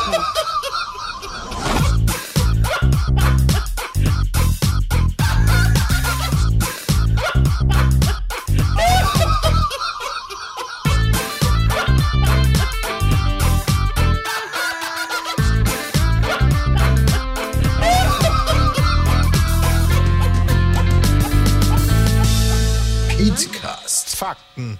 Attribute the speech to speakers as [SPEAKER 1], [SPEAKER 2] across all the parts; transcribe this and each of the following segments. [SPEAKER 1] Sachen.
[SPEAKER 2] Podcast.
[SPEAKER 3] Fakten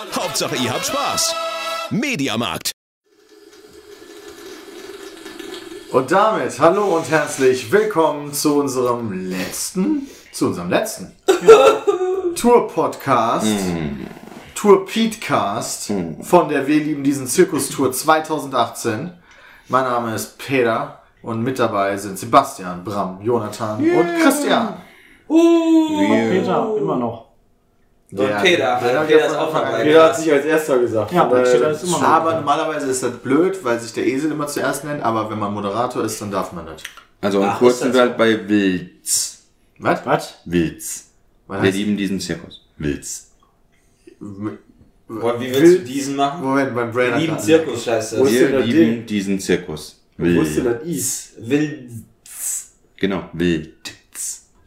[SPEAKER 4] Hauptsache, ihr habt Spaß. Mediamarkt.
[SPEAKER 5] Und damit hallo und herzlich willkommen zu unserem letzten, zu unserem letzten Tour-Podcast,
[SPEAKER 6] Mm.
[SPEAKER 5] Tour-Petecast von der Wir lieben diesen Zirkus-Tour 2018. Mein Name ist Peter und mit dabei sind Sebastian, Bram, Jonathan und Christian.
[SPEAKER 7] Peter, immer noch.
[SPEAKER 5] Der,
[SPEAKER 6] Uh. Peter,
[SPEAKER 5] der,
[SPEAKER 6] Peter
[SPEAKER 5] der
[SPEAKER 6] ist auch dabei.
[SPEAKER 5] Peter hat
[SPEAKER 6] Ja.
[SPEAKER 5] sich als erster gesagt.
[SPEAKER 7] Ja,
[SPEAKER 5] Weil-
[SPEAKER 7] Peter ist immer noch
[SPEAKER 5] aber
[SPEAKER 7] dabei.
[SPEAKER 5] normalerweise ist das blöd, weil sich der Esel immer zuerst nennt, aber wenn man Moderator ist, dann darf man das.
[SPEAKER 8] Also in
[SPEAKER 6] Ach,
[SPEAKER 8] kurzen
[SPEAKER 6] ist das
[SPEAKER 8] halt bei Wilz.
[SPEAKER 5] Was?
[SPEAKER 7] Was?
[SPEAKER 8] Wilz.
[SPEAKER 5] Was
[SPEAKER 8] Wir
[SPEAKER 5] heißt-
[SPEAKER 8] lieben diesen Zirkus. Wilz.
[SPEAKER 6] Boah, wie willst du diesen machen?
[SPEAKER 5] Moment, mein Brain
[SPEAKER 6] Wir
[SPEAKER 5] hat
[SPEAKER 6] lieben
[SPEAKER 5] gerade-
[SPEAKER 6] Zirkus, heißt
[SPEAKER 9] Wo
[SPEAKER 6] das.
[SPEAKER 9] ist denn
[SPEAKER 8] Wir
[SPEAKER 9] das
[SPEAKER 8] lieben
[SPEAKER 9] Ding?
[SPEAKER 8] diesen Zirkus.
[SPEAKER 9] Wo ist denn
[SPEAKER 8] Wilz.
[SPEAKER 9] das Is?
[SPEAKER 6] Will.
[SPEAKER 8] Genau, Wilz.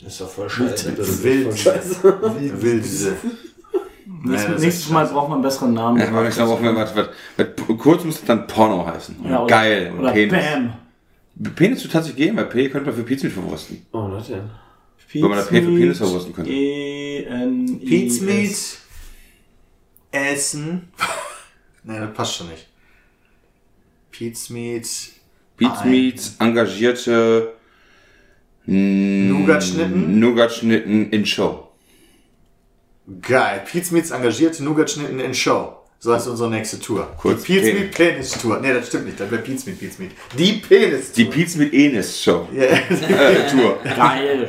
[SPEAKER 6] Das ist doch voll scheiße.
[SPEAKER 5] Wild.
[SPEAKER 9] Scheiße.
[SPEAKER 5] Wilde.
[SPEAKER 7] Nächstes,
[SPEAKER 5] das ist
[SPEAKER 7] nächstes Mal braucht man einen besseren Namen.
[SPEAKER 8] Ja, aber ich glaube auch, wenn was, was, was, kurz muss es dann Porno heißen. Und
[SPEAKER 7] Ja, oder-
[SPEAKER 8] geil. Und
[SPEAKER 7] Oder
[SPEAKER 8] Penis.
[SPEAKER 7] Bam.
[SPEAKER 8] Penis tut tatsächlich gehen, weil P könnte man für Pizza mit verwursten.
[SPEAKER 9] Oh, was denn?
[SPEAKER 8] Wenn man da P für Penis verwursten könnte.
[SPEAKER 7] E N I
[SPEAKER 5] Pete's
[SPEAKER 7] S.
[SPEAKER 5] Meat. Essen. nee, das passt schon nicht. Pete's Meat.
[SPEAKER 8] Beats Meets, engagierte
[SPEAKER 5] Mm. Nougat-Schnitten.
[SPEAKER 8] Nougat-Schnitten in Show.
[SPEAKER 5] Geil. Pete's Meats engagierte Nougat-Schnitten in Show. So heißt unsere nächste Tour.
[SPEAKER 8] Kurz
[SPEAKER 5] Die Pete's
[SPEAKER 8] Penis.
[SPEAKER 5] Meat Penis Tour. Nee, das stimmt nicht. Das wäre Pete's Meat, Pete's Meat. Die Penis
[SPEAKER 8] Die
[SPEAKER 5] Tour.
[SPEAKER 8] Pizza mit Enes Show.
[SPEAKER 5] Ja.
[SPEAKER 8] Äh, Tour.
[SPEAKER 7] Geil.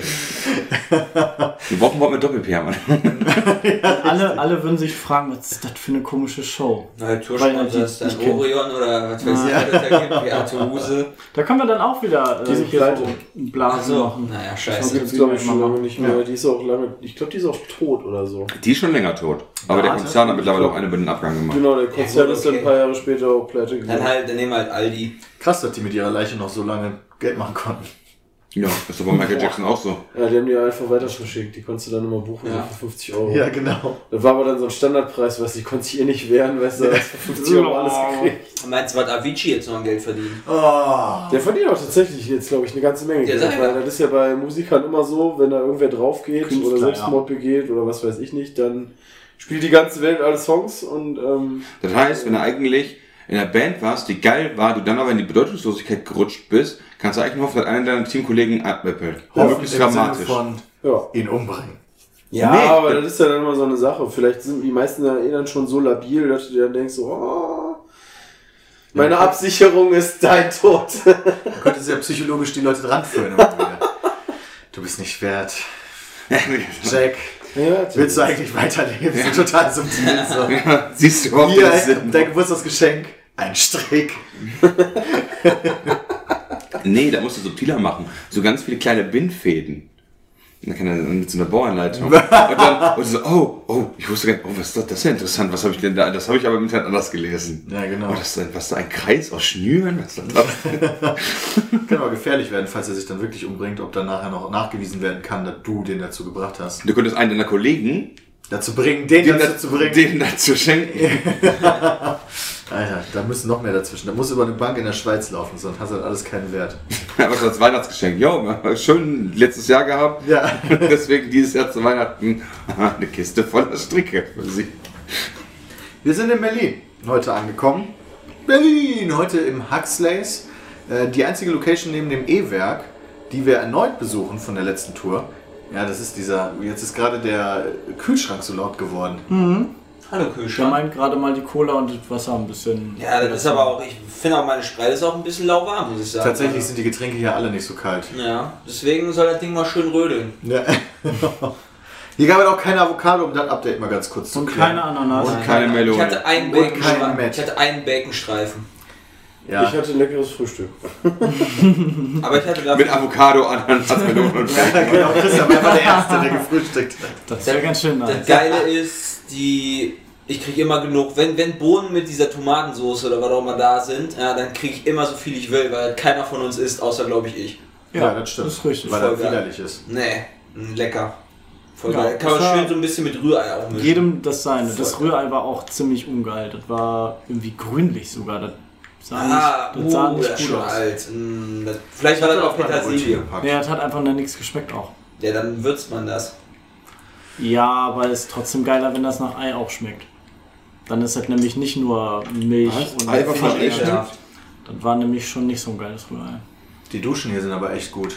[SPEAKER 8] Wir brauchen Wort mit Doppel-P, Mann.
[SPEAKER 7] alle, alle würden sich fragen, was ist das für eine komische Show?
[SPEAKER 6] Neue
[SPEAKER 7] Weil die-
[SPEAKER 6] Toursponsor ist
[SPEAKER 7] ich
[SPEAKER 6] dann
[SPEAKER 7] kenn-
[SPEAKER 6] Orion oder was weiß ich, was es da gibt, die Artuse.
[SPEAKER 7] Da können wir dann auch wieder äh,
[SPEAKER 9] Diese
[SPEAKER 7] hier so
[SPEAKER 9] Pleite.
[SPEAKER 7] Blasen
[SPEAKER 6] So,
[SPEAKER 7] machen.
[SPEAKER 6] naja,
[SPEAKER 9] Das
[SPEAKER 6] scheiße.
[SPEAKER 9] gibt's, glaube ich, schon lange nicht mehr. Die ist auch lange. Ich glaube, die ist auch tot oder so.
[SPEAKER 8] Die ist schon länger tot. Aber der Konzern hat mittlerweile auch einen über den Abgang gemacht.
[SPEAKER 9] Genau, der Konzern
[SPEAKER 6] gut,
[SPEAKER 9] ist dann
[SPEAKER 6] okay.
[SPEAKER 9] ein paar Jahre später auch pleite
[SPEAKER 6] Dann
[SPEAKER 9] gegangen.
[SPEAKER 6] halt, dann nehmen wir halt Aldi.
[SPEAKER 5] Krass, dass die mit ihrer Leiche noch so lange Geld machen konnten.
[SPEAKER 8] Ja, ist aber Michael Jackson auch so.
[SPEAKER 9] Ja, die haben die einfach weiter verschickt. Die konntest du dann immer buchen
[SPEAKER 6] Ja.
[SPEAKER 9] so für 50 Euro.
[SPEAKER 5] Ja, genau.
[SPEAKER 9] Das war aber dann so ein Standardpreis, weißt du, die konnte ich eh nicht wehren, weißt du, hast für 50 Euro alles gekriegt.
[SPEAKER 6] Meinst du, was Avicii jetzt noch an Geld verdient?
[SPEAKER 5] Oh.
[SPEAKER 9] Der verdient auch tatsächlich jetzt, glaube ich, eine ganze Menge
[SPEAKER 6] Ja,
[SPEAKER 9] Geld.
[SPEAKER 6] sag ja.
[SPEAKER 9] weil das ist ja bei Musikern immer so, wenn da irgendwer drauf geht
[SPEAKER 7] Künstler,
[SPEAKER 9] oder Selbstmord begeht oder was weiß ich nicht, dann spielt die ganze Welt alle Songs und ähm,
[SPEAKER 8] Das heißt, wenn du eigentlich in einer Band warst, die geil war, du dann aber in die Bedeutungslosigkeit gerutscht bist, kannst du eigentlich hoffen, dass einer deiner Teamkollegen abwäppelt. Möglichst dramatisch.
[SPEAKER 5] von
[SPEAKER 9] ja.
[SPEAKER 5] ihn umbringen.
[SPEAKER 9] Ja,
[SPEAKER 8] Nee.
[SPEAKER 9] aber das ist ja dann immer so eine Sache. Vielleicht sind die meisten ja eh dann schon so labil, dass du dir dann denkst, so, oh, meine Absicherung ist dein Tod.
[SPEAKER 5] Du könntest ja psychologisch die Leute dranführen. immer wieder. du bist nicht wert. Jack,
[SPEAKER 9] ja,
[SPEAKER 5] willst du eigentlich weiterleben? Ja. Total subtil. So.
[SPEAKER 8] Siehst du überhaupt
[SPEAKER 5] Hier,
[SPEAKER 8] das Sinn?
[SPEAKER 5] dein Geburtstagsgeschenk, ein Strick.
[SPEAKER 8] Nee, da musst du subtiler machen. So ganz viele kleine Bindfäden. Und dann kann er dann mit so einer Bauanleitung. und dann, und so, oh, oh, ich wusste gar nicht, oh, was ist das, das ist ja interessant, was habe ich denn da, das habe ich aber im Internet anders gelesen.
[SPEAKER 5] Ja, genau.
[SPEAKER 8] Oh, das ist ein, was ist da, ein Kreis aus Schnüren? Was ist das?
[SPEAKER 5] Kann aber gefährlich werden, falls er sich dann wirklich umbringt, ob dann nachher noch nachgewiesen werden kann, dass du den dazu gebracht hast.
[SPEAKER 8] Du könntest einen deiner Kollegen
[SPEAKER 5] Dazu bringen, den,
[SPEAKER 8] den
[SPEAKER 5] dazu
[SPEAKER 8] da-
[SPEAKER 5] zu bringen.
[SPEAKER 8] den dazu schenken.
[SPEAKER 5] Alter, da müssen noch mehr dazwischen. Da muss über eine Bank in der Schweiz laufen, sonst hast du halt alles keinen Wert.
[SPEAKER 8] Aber so als Weihnachtsgeschenk. Jo, schön letztes Jahr gehabt.
[SPEAKER 5] Ja.
[SPEAKER 8] Deswegen dieses Jahr zu Weihnachten eine Kiste voller Stricke für sie.
[SPEAKER 5] Wir sind in Berlin heute angekommen. Berlin! Heute im Huxleys. Äh, Die einzige Location neben dem E-Werk, die wir erneut besuchen von der letzten
[SPEAKER 7] Hm.
[SPEAKER 5] Tour. Ja, das ist dieser. Jetzt ist gerade der Kühlschrank so laut geworden.
[SPEAKER 6] Hallo
[SPEAKER 7] Da
[SPEAKER 6] Kühlschrank.
[SPEAKER 7] meint gerade mal die Cola und das Wasser ein bisschen.
[SPEAKER 6] Ja, das ist aber auch, ich finde auch meine Spreite ist auch ein bisschen lauwarm, muss ich sagen.
[SPEAKER 5] Tatsächlich sind die Getränke hier alle nicht so kalt.
[SPEAKER 6] Ja, deswegen soll das Ding mal schön rödeln.
[SPEAKER 5] Ja. Hier gab es auch keine Avocado, um das Update mal ganz kurz zu
[SPEAKER 7] Und
[SPEAKER 5] klären.
[SPEAKER 7] keine Ananas.
[SPEAKER 5] Und
[SPEAKER 8] Keine
[SPEAKER 6] Ich
[SPEAKER 8] Melone.
[SPEAKER 6] hatte einen
[SPEAKER 5] Und kein
[SPEAKER 6] Baconstreifen.
[SPEAKER 5] Match.
[SPEAKER 6] Ich hatte einen Baconstreifen.
[SPEAKER 5] Ja.
[SPEAKER 9] Ich hatte ein leckeres Frühstück.
[SPEAKER 6] Aber ich hatte
[SPEAKER 8] Mit
[SPEAKER 6] dafür,
[SPEAKER 8] Avocado, Ananas, Melone und Pfeffer.
[SPEAKER 5] genau, Christian war einfach der Erste, der gefrühstückt hat.
[SPEAKER 7] Das ist ja ganz schön
[SPEAKER 6] das
[SPEAKER 7] nice.
[SPEAKER 6] Geile ist, die, ich kriege immer genug. Wenn, wenn Bohnen mit dieser Tomatensauce oder was auch immer da sind, ja, dann kriege ich immer so viel ich will, weil keiner von uns isst, außer glaube ich ich.
[SPEAKER 5] Ja, das stimmt.
[SPEAKER 7] Das ist richtig.
[SPEAKER 5] Weil das
[SPEAKER 6] Voll geil.
[SPEAKER 5] widerlich ist.
[SPEAKER 6] Nee, mh, lecker. Voll
[SPEAKER 7] Ja,
[SPEAKER 6] geil. Kann
[SPEAKER 7] das
[SPEAKER 6] man
[SPEAKER 7] war-
[SPEAKER 6] schön so ein bisschen mit Rührei auch mischen.
[SPEAKER 7] Jedem das seine. Das Rührei war auch ziemlich ungeil. Das war irgendwie grünlich sogar. Das sah
[SPEAKER 6] Ah,
[SPEAKER 7] nicht, das sah
[SPEAKER 6] uh,
[SPEAKER 7] nicht
[SPEAKER 6] das ist
[SPEAKER 7] gut
[SPEAKER 6] schon
[SPEAKER 7] aus.
[SPEAKER 6] alt. Mm, das, vielleicht war das auch Petersilie.
[SPEAKER 7] Ja, das hat einfach nach nichts geschmeckt auch.
[SPEAKER 6] Ja, dann würzt man das.
[SPEAKER 7] Ja, aber ist trotzdem geiler, wenn das nach Ei auch schmeckt. Dann ist das nämlich nicht nur Milch und
[SPEAKER 8] Ei war von
[SPEAKER 7] Fisch.
[SPEAKER 8] Echt?
[SPEAKER 6] Ekelhaft.
[SPEAKER 7] Das war nämlich schon nicht so ein geiles Rührei.
[SPEAKER 5] Die Duschen hier sind aber echt gut.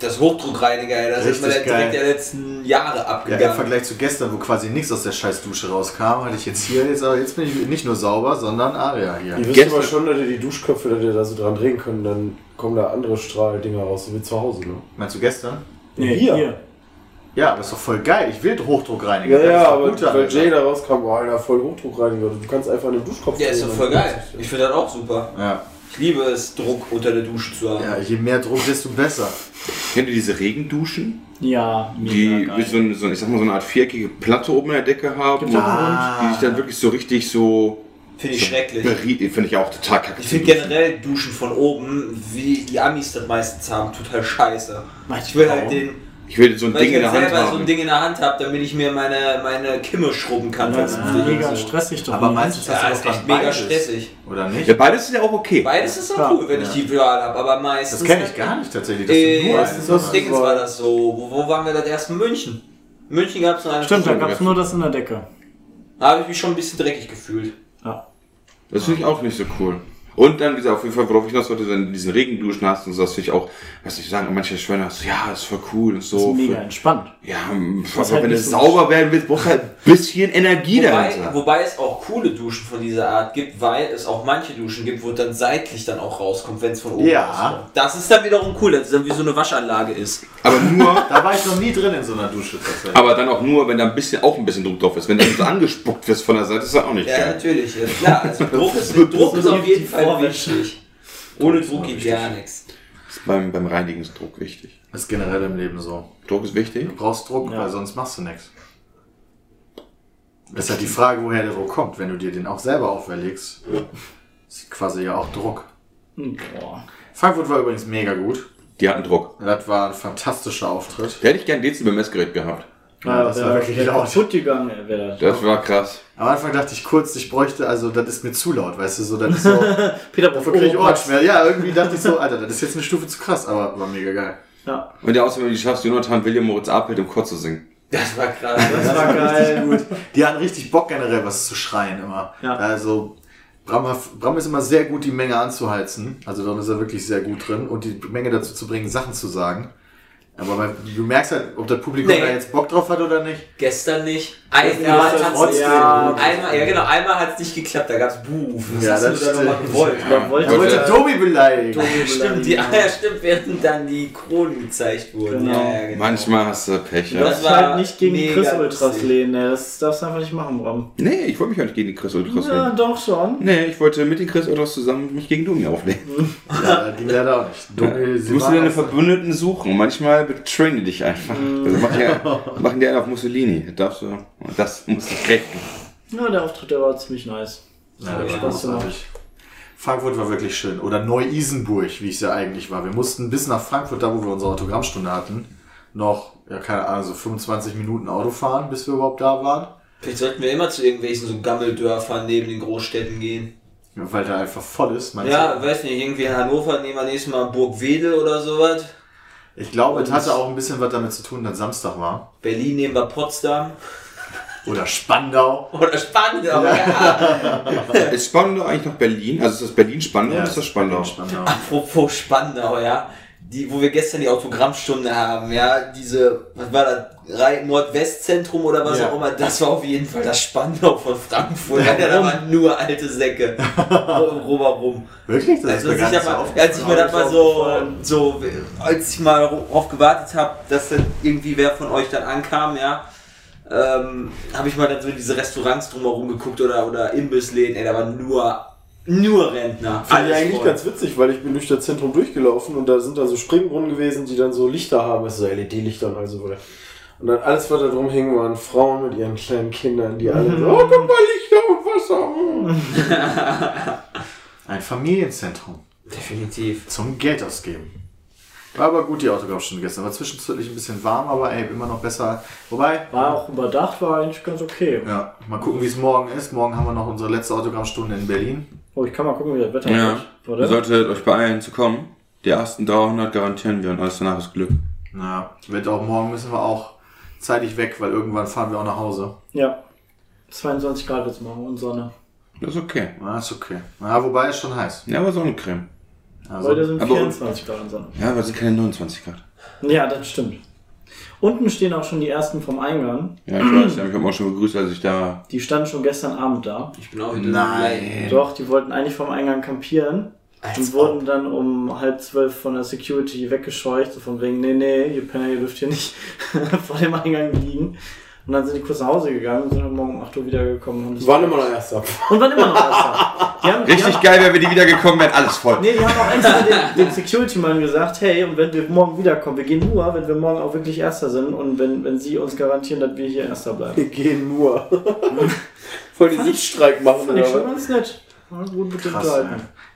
[SPEAKER 6] Das Hochdruckreiniger, ey, das ist
[SPEAKER 5] Richtig
[SPEAKER 6] mir direkt
[SPEAKER 5] geil.
[SPEAKER 6] der letzten Jahre
[SPEAKER 5] Ja,
[SPEAKER 6] abgegangen.
[SPEAKER 5] im Vergleich zu gestern, wo quasi nichts aus der Scheißdusche rauskam, hatte ich jetzt hier, jetzt, aber jetzt bin ich nicht nur sauber, sondern Aria
[SPEAKER 9] Ihr
[SPEAKER 5] hier.
[SPEAKER 9] wisst
[SPEAKER 8] Gestern-
[SPEAKER 9] aber schon, dass ihr die Duschköpfe, dass ihr da so dran drehen könnt, dann kommen da andere Strahldinger raus, so wie zu Hause, ne?
[SPEAKER 5] Meinst du gestern?
[SPEAKER 7] Nee,
[SPEAKER 9] hier.
[SPEAKER 5] Ja, aber ist doch voll geil. Ich will Hochdruckreiniger.
[SPEAKER 9] Ja, ja,
[SPEAKER 5] das
[SPEAKER 9] aber
[SPEAKER 5] ist doch
[SPEAKER 9] weil
[SPEAKER 5] gut
[SPEAKER 9] Jay
[SPEAKER 5] an.
[SPEAKER 9] da rauskam, oh, Alter, voll Hochdruckreiniger. Du kannst einfach einen Duschkopf
[SPEAKER 6] ja, ist
[SPEAKER 9] drehen
[SPEAKER 6] doch
[SPEAKER 9] und
[SPEAKER 6] voll
[SPEAKER 9] dann-
[SPEAKER 6] geil. Ich finde das auch super.
[SPEAKER 5] Ja.
[SPEAKER 6] Ich liebe es, Druck unter der Dusche zu haben.
[SPEAKER 5] ja, je mehr Druck, desto besser.
[SPEAKER 8] Kennt ihr diese Regenduschen?
[SPEAKER 7] Ja, mega
[SPEAKER 8] Die
[SPEAKER 7] geil.
[SPEAKER 8] wie so, eine, so, ich sag mal, so eine Art viereckige Platte oben in der Decke haben.
[SPEAKER 7] Gibt's auch
[SPEAKER 8] und
[SPEAKER 7] einen
[SPEAKER 8] die sich dann wirklich so richtig so
[SPEAKER 6] Genau. Finde ich schrecklich.
[SPEAKER 8] beriet. Finde ich auch total kacke.
[SPEAKER 6] Ich
[SPEAKER 8] zu
[SPEAKER 6] finde
[SPEAKER 8] duschen.
[SPEAKER 6] generell Duschen von oben, wie die Amis das meistens haben, total scheiße.
[SPEAKER 7] Weiß
[SPEAKER 6] Ich will
[SPEAKER 7] warum.
[SPEAKER 6] halt den,
[SPEAKER 8] Ich will so ein
[SPEAKER 6] weil
[SPEAKER 8] Ding
[SPEAKER 6] ich
[SPEAKER 8] in
[SPEAKER 6] halt
[SPEAKER 8] der Hand
[SPEAKER 6] selber so ein
[SPEAKER 8] haben.
[SPEAKER 6] Ding in der Hand habe, damit ich mir meine, meine Kimme schrubben kann.
[SPEAKER 7] Das ist mega stressig doch.
[SPEAKER 5] Aber
[SPEAKER 7] nie.
[SPEAKER 5] meinst du, das
[SPEAKER 6] Ja,
[SPEAKER 5] hast
[SPEAKER 6] ist
[SPEAKER 5] du doch
[SPEAKER 6] echt
[SPEAKER 5] dann
[SPEAKER 6] mega
[SPEAKER 5] beides?
[SPEAKER 6] stressig.
[SPEAKER 5] Oder nicht?
[SPEAKER 8] Ja, beides ist ja auch okay.
[SPEAKER 6] Beides ist
[SPEAKER 7] Ja.
[SPEAKER 6] auch cool, wenn ich die Dual habe, aber meistens.
[SPEAKER 5] Das kenne ich gar nicht tatsächlich. dass du
[SPEAKER 6] Äh,
[SPEAKER 5] nur
[SPEAKER 6] das
[SPEAKER 5] einen
[SPEAKER 9] das
[SPEAKER 5] hast.
[SPEAKER 6] Dings
[SPEAKER 9] war-
[SPEAKER 6] war das so. Wo, wo waren wir das erst in München? In München gab es noch eine.
[SPEAKER 7] Stimmt, da gab es nur das in der Decke.
[SPEAKER 6] Da habe ich mich schon ein bisschen dreckig gefühlt.
[SPEAKER 7] Ja.
[SPEAKER 8] Das finde ich auch nicht so cool. Und dann, wie gesagt, auf jeden Fall, worauf ich hinaus wollte, wenn du diesen Regenduschen hast und so, das finde ich auch, was ich sagen, manche schwören auch so, ja, ist voll cool und
[SPEAKER 7] Das
[SPEAKER 8] so.
[SPEAKER 7] ist mega
[SPEAKER 8] Voll-
[SPEAKER 7] entspannt.
[SPEAKER 8] Ja, aber
[SPEAKER 7] ist
[SPEAKER 8] wenn
[SPEAKER 7] halt
[SPEAKER 8] du
[SPEAKER 7] nicht so-
[SPEAKER 8] sauber werden willst, brauchst du halt ein bisschen Energie
[SPEAKER 6] Wobei,
[SPEAKER 8] dahinter.
[SPEAKER 6] wobei es auch coole Duschen von dieser Art gibt, weil es auch manche Duschen gibt, wo dann seitlich dann auch rauskommt, wenn es von oben
[SPEAKER 5] Ja.
[SPEAKER 6] rauskommt. Das ist dann wiederum cool, dass es dann wie so eine Waschanlage ist.
[SPEAKER 8] Aber nur,
[SPEAKER 5] Da war ich noch nie drin in so einer Dusche tatsächlich.
[SPEAKER 8] aber dann auch nur, wenn da ein bisschen, auch ein bisschen Druck drauf ist. Wenn du so angespuckt wirst von der Seite, ist das auch nicht
[SPEAKER 6] Ja,
[SPEAKER 8] geil.
[SPEAKER 6] natürlich. Ja, klar, also Druck ist, Druck ist auf jeden Fall wichtig. Ohne Druck geht gar nichts.
[SPEAKER 8] Das ist beim, beim Reinigen ist Druck wichtig.
[SPEAKER 5] Das ist generell im Leben so.
[SPEAKER 8] Druck ist wichtig.
[SPEAKER 5] Du brauchst Druck,
[SPEAKER 7] Ja.
[SPEAKER 5] weil sonst machst du nichts. Das ist halt die Frage, woher der Druck kommt. Wenn du dir den auch selber auferlegst, ist quasi ja auch Druck.
[SPEAKER 7] Boah.
[SPEAKER 5] Frankfurt war übrigens mega gut.
[SPEAKER 8] Die hatten Druck.
[SPEAKER 5] Das war ein fantastischer Auftritt.
[SPEAKER 8] Da hätte ich gern Dezibel beim Messgerät gehabt.
[SPEAKER 5] Ja, das
[SPEAKER 7] Äh,
[SPEAKER 5] war
[SPEAKER 7] wär-
[SPEAKER 5] wirklich
[SPEAKER 7] wär
[SPEAKER 5] laut.
[SPEAKER 7] kaputt gegangen wäre das.
[SPEAKER 8] Das war krass.
[SPEAKER 5] Am Anfang dachte ich kurz, ich bräuchte, also das ist mir zu laut, weißt du, so, das ist so, dafür
[SPEAKER 7] Peter
[SPEAKER 5] kriege
[SPEAKER 7] Oh,
[SPEAKER 5] ich Ohrenschmerzen. Ja, irgendwie dachte ich so, Alter, das ist jetzt eine Stufe zu krass, aber war mega geil.
[SPEAKER 7] Ja,
[SPEAKER 8] Und der außerdem, die schaffst, Jonathan William Moritz Apelt im Chor zu singen.
[SPEAKER 6] Das war krass.
[SPEAKER 7] das war geil.
[SPEAKER 5] Gut. Die hatten richtig Bock generell, was zu schreien immer.
[SPEAKER 7] Ja.
[SPEAKER 5] Also Bram, hat- Bram ist immer sehr gut, die Menge anzuheizen. Also darum ist er wirklich sehr gut drin und die Menge dazu zu bringen, Sachen zu sagen. Aber man, du merkst halt, ob das Publikum
[SPEAKER 6] Nee.
[SPEAKER 5] da jetzt Bock drauf hat oder nicht.
[SPEAKER 6] Gestern nicht.
[SPEAKER 5] Ja,
[SPEAKER 6] Einmal
[SPEAKER 5] das
[SPEAKER 6] hat es
[SPEAKER 5] trotzdem.
[SPEAKER 6] nicht
[SPEAKER 5] Ja.
[SPEAKER 6] Einmal, ja genau, einmal hat es nicht geklappt, da gab es Buh. Was
[SPEAKER 5] Ja,
[SPEAKER 6] hast
[SPEAKER 5] das
[SPEAKER 6] du da nochmal
[SPEAKER 5] stimmt.
[SPEAKER 6] gewollt?
[SPEAKER 7] Da
[SPEAKER 5] Er wollte
[SPEAKER 7] wollte
[SPEAKER 5] Tobi beleidigen.
[SPEAKER 6] Stimmt, die, ah, ja, stimmt, während dann die Kronen gezeigt wurden.
[SPEAKER 7] Genau.
[SPEAKER 6] Ja, ja, genau.
[SPEAKER 8] Manchmal hast du Pech. Ja.
[SPEAKER 6] Das
[SPEAKER 7] das
[SPEAKER 6] war
[SPEAKER 7] halt nicht gegen die
[SPEAKER 6] mega
[SPEAKER 7] Chris Ultras
[SPEAKER 6] lustig.
[SPEAKER 7] lehnen. ne? Das darfst du einfach nicht machen, Bram.
[SPEAKER 8] Nee, ich wollte mich auch nicht gegen die Chris Ultras
[SPEAKER 7] Ja,
[SPEAKER 8] reden.
[SPEAKER 7] doch schon.
[SPEAKER 8] Nee, ich wollte mit den Chris Ultras zusammen mich gegen Domi auflegen.
[SPEAKER 5] Ja, das ging leider auch nicht. Dumme,
[SPEAKER 8] Du musst dir deine Verbündeten suchen. Manchmal betraine dich einfach. Also mach dir, machen dir einen auf Mussolini. Das darfst du, das musst du rechten.
[SPEAKER 7] Ja, der Auftritt, der war ziemlich nice.
[SPEAKER 5] Ja, das war
[SPEAKER 7] Spaß gemacht.
[SPEAKER 5] großartig. Frankfurt war wirklich schön. Oder Neu-Isenburg, wie es ja eigentlich war. Wir mussten bis nach Frankfurt, da wo wir unsere Autogrammstunde hatten, noch, ja, keine Ahnung, so 25 Minuten Auto fahren, bis wir überhaupt da waren.
[SPEAKER 6] Vielleicht sollten wir immer zu irgendwelchen so Gammeldörfern neben den Großstädten gehen. Also
[SPEAKER 5] Ja, weil der einfach voll ist. meinst
[SPEAKER 6] Ja,
[SPEAKER 5] du?
[SPEAKER 6] weiß nicht, irgendwie in Hannover nehmen wir nächstes Mal Burgwedel oder sowas.
[SPEAKER 5] Ich glaube, es hatte auch ein bisschen was damit zu tun, dass Samstag war.
[SPEAKER 6] Berlin nehmen wir Potsdam.
[SPEAKER 5] Oder Spandau.
[SPEAKER 6] Oder Spandau, aber ja.
[SPEAKER 8] Ist Spandau eigentlich noch Berlin? Also ist das Berlin Spandau oder ist das Spandau?
[SPEAKER 5] Spandau.
[SPEAKER 6] Apropos Spandau, ja. die, wo wir gestern die Autogrammstunde haben, ja, diese, was war das, Rhein- Nordwestzentrum oder was
[SPEAKER 7] Ja.
[SPEAKER 6] auch immer, das war auf jeden Fall das Spandau von Frankfurt. Ja, da waren nur alte Säcke rüber rum.
[SPEAKER 5] Wirklich? Das
[SPEAKER 6] Also
[SPEAKER 5] ist mir gar
[SPEAKER 6] als ich,
[SPEAKER 5] nicht so
[SPEAKER 6] mal,
[SPEAKER 5] aufgefallen.
[SPEAKER 6] als ich mir das mal so, so, als ich mal darauf gewartet habe, dass dann irgendwie wer von euch dann ankam, ja, ähm, habe ich mal dann so in diese Restaurants drumherum geguckt oder, oder Imbissläden, ey, da waren nur, nur Rentner.
[SPEAKER 9] Finde ich
[SPEAKER 6] Alles
[SPEAKER 9] eigentlich
[SPEAKER 6] voll.
[SPEAKER 9] ganz witzig, weil ich bin durch das Zentrum durchgelaufen und da sind da so Springbrunnen gewesen, die dann so Lichter haben, also so LED-Lichter und all so weiter. Und dann alles, was da drum hing, waren Frauen mit ihren kleinen Kindern, die alle
[SPEAKER 6] Mhm.
[SPEAKER 9] so, oh, guck mal, Lichter und Wasser. mm."
[SPEAKER 5] Ein Familienzentrum
[SPEAKER 6] Definitiv.
[SPEAKER 5] zum Geld ausgeben. War aber gut, die Autogrammstunde gestern. War zwischenzeitlich ein bisschen warm, aber ey, immer noch besser. Wobei,
[SPEAKER 7] War auch überdacht, war eigentlich ganz okay.
[SPEAKER 5] ja, mal gucken, wie es morgen ist. Morgen haben wir noch unsere letzte Autogrammstunde in Berlin.
[SPEAKER 7] Oh, ich kann mal gucken, wie das Wetter
[SPEAKER 8] Ja.
[SPEAKER 7] wird,
[SPEAKER 8] Ihr
[SPEAKER 7] oder?
[SPEAKER 8] solltet euch beeilen zu kommen. Die ersten 300 garantieren wir und alles danach ist Glück.
[SPEAKER 5] Na, wird auch morgen müssen wir auch zeitig weg, weil irgendwann fahren wir auch nach Hause.
[SPEAKER 7] ja. 22 Grad jetzt morgen und Sonne.
[SPEAKER 8] Das ist okay.
[SPEAKER 5] Na, ist okay. Na, wobei ist schon heiß.
[SPEAKER 8] Ja, aber Sonnencreme.
[SPEAKER 7] Heute
[SPEAKER 5] Also,
[SPEAKER 7] sind
[SPEAKER 8] aber-
[SPEAKER 7] 24 Grad und Sonne.
[SPEAKER 8] Ja, aber es sind keine 29 Grad.
[SPEAKER 7] Ja, das stimmt. Unten stehen auch schon die ersten vom Eingang.
[SPEAKER 8] Ja, ich weiß, die haben mich heute auch schon begrüßt, als ich da.
[SPEAKER 7] Die standen schon gestern Abend da.
[SPEAKER 6] Ich bin auch wieder
[SPEAKER 5] nein.
[SPEAKER 7] Doch, die wollten eigentlich vom Eingang kampieren und wurden dann um halb zwölf von der Security weggescheucht, so von wegen, nee, nee, ihr Penner, ihr dürft hier nicht vor dem Eingang liegen. Und dann sind die kurz nach Hause gegangen und sind heute Morgen um 8 Uhr wiedergekommen. Und, haben sich-
[SPEAKER 9] War immer noch erster.
[SPEAKER 7] und waren immer noch erst da. Die haben, die
[SPEAKER 8] Richtig
[SPEAKER 7] haben,
[SPEAKER 8] geil, wenn wir die wiedergekommen wären, alles voll.
[SPEAKER 7] Nee, die haben auch extra dem, dem Security-Mann gesagt, hey, und wenn wir morgen wiederkommen, wir gehen nur, wenn wir morgen auch wirklich Erster sind und wenn, wenn sie uns garantieren, dass wir hier Erster bleiben.
[SPEAKER 9] Wir gehen nur. Voll den Sitzstreik machen
[SPEAKER 7] Fand ich schon
[SPEAKER 9] oder
[SPEAKER 7] ganz
[SPEAKER 9] was?
[SPEAKER 7] nett. Ja, gut mit dem
[SPEAKER 5] krass, ey.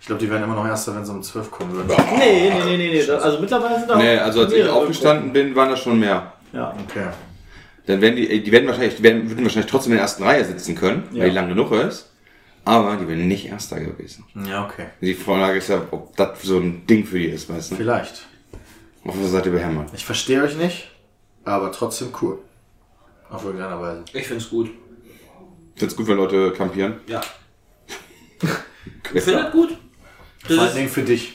[SPEAKER 5] Ich glaube, die werden immer noch Erster, wenn sie um 12 kommen würden.
[SPEAKER 7] Nee, nee, nee, nee, nee. da- Also mittlerweile sind auch.
[SPEAKER 8] Nee, also als ich
[SPEAKER 7] mehrere
[SPEAKER 8] aufgestanden bin, waren da schon mehr.
[SPEAKER 7] Gruppen. Ja.
[SPEAKER 5] Okay.
[SPEAKER 8] Dann werden die, die werden wahrscheinlich, die werden, würden wahrscheinlich trotzdem in der ersten Reihe sitzen können,
[SPEAKER 7] Ja.
[SPEAKER 8] weil die lang genug ist. Aber die wären nicht Erster gewesen.
[SPEAKER 5] Ja, okay.
[SPEAKER 8] Die Frage ist ja, ob das so ein Ding für die ist, weißt du?
[SPEAKER 5] Vielleicht.
[SPEAKER 8] Auf was seid ihr behämmert?
[SPEAKER 5] Ich verstehe euch nicht, aber trotzdem cool. Auf irgendeiner Weise.
[SPEAKER 6] Ich find's gut.
[SPEAKER 8] Ich find's gut, wenn Leute kampieren.
[SPEAKER 6] Ja.
[SPEAKER 8] Okay.
[SPEAKER 6] Ich find das gut.
[SPEAKER 5] Vor allen
[SPEAKER 6] Das ist,
[SPEAKER 5] Dingen für dich.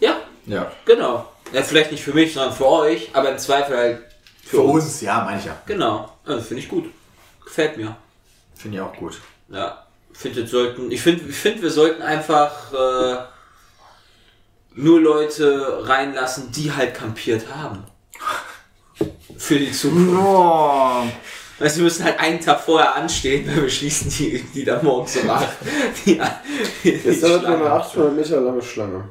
[SPEAKER 6] ja,
[SPEAKER 5] Ja.
[SPEAKER 6] genau. Ja, vielleicht nicht für mich, sondern für euch, aber im Zweifel halt für,
[SPEAKER 5] Für
[SPEAKER 6] uns.
[SPEAKER 5] uns, ja, meine ich ja.
[SPEAKER 6] Genau. Also finde ich gut. Gefällt mir.
[SPEAKER 5] Finde ich auch gut.
[SPEAKER 6] Ja, findet sollten. Ich finde, ich find, wir sollten einfach äh, nur Leute reinlassen, die halt kampiert haben. Für die Zukunft. Weißt du, wir müssen halt einen Tag vorher anstehen, weil wir schließen die, die da morgens um 8. Die, die, die
[SPEAKER 9] Jetzt hat man eine
[SPEAKER 6] Schlange.
[SPEAKER 9] 800 Meter lange Schlange.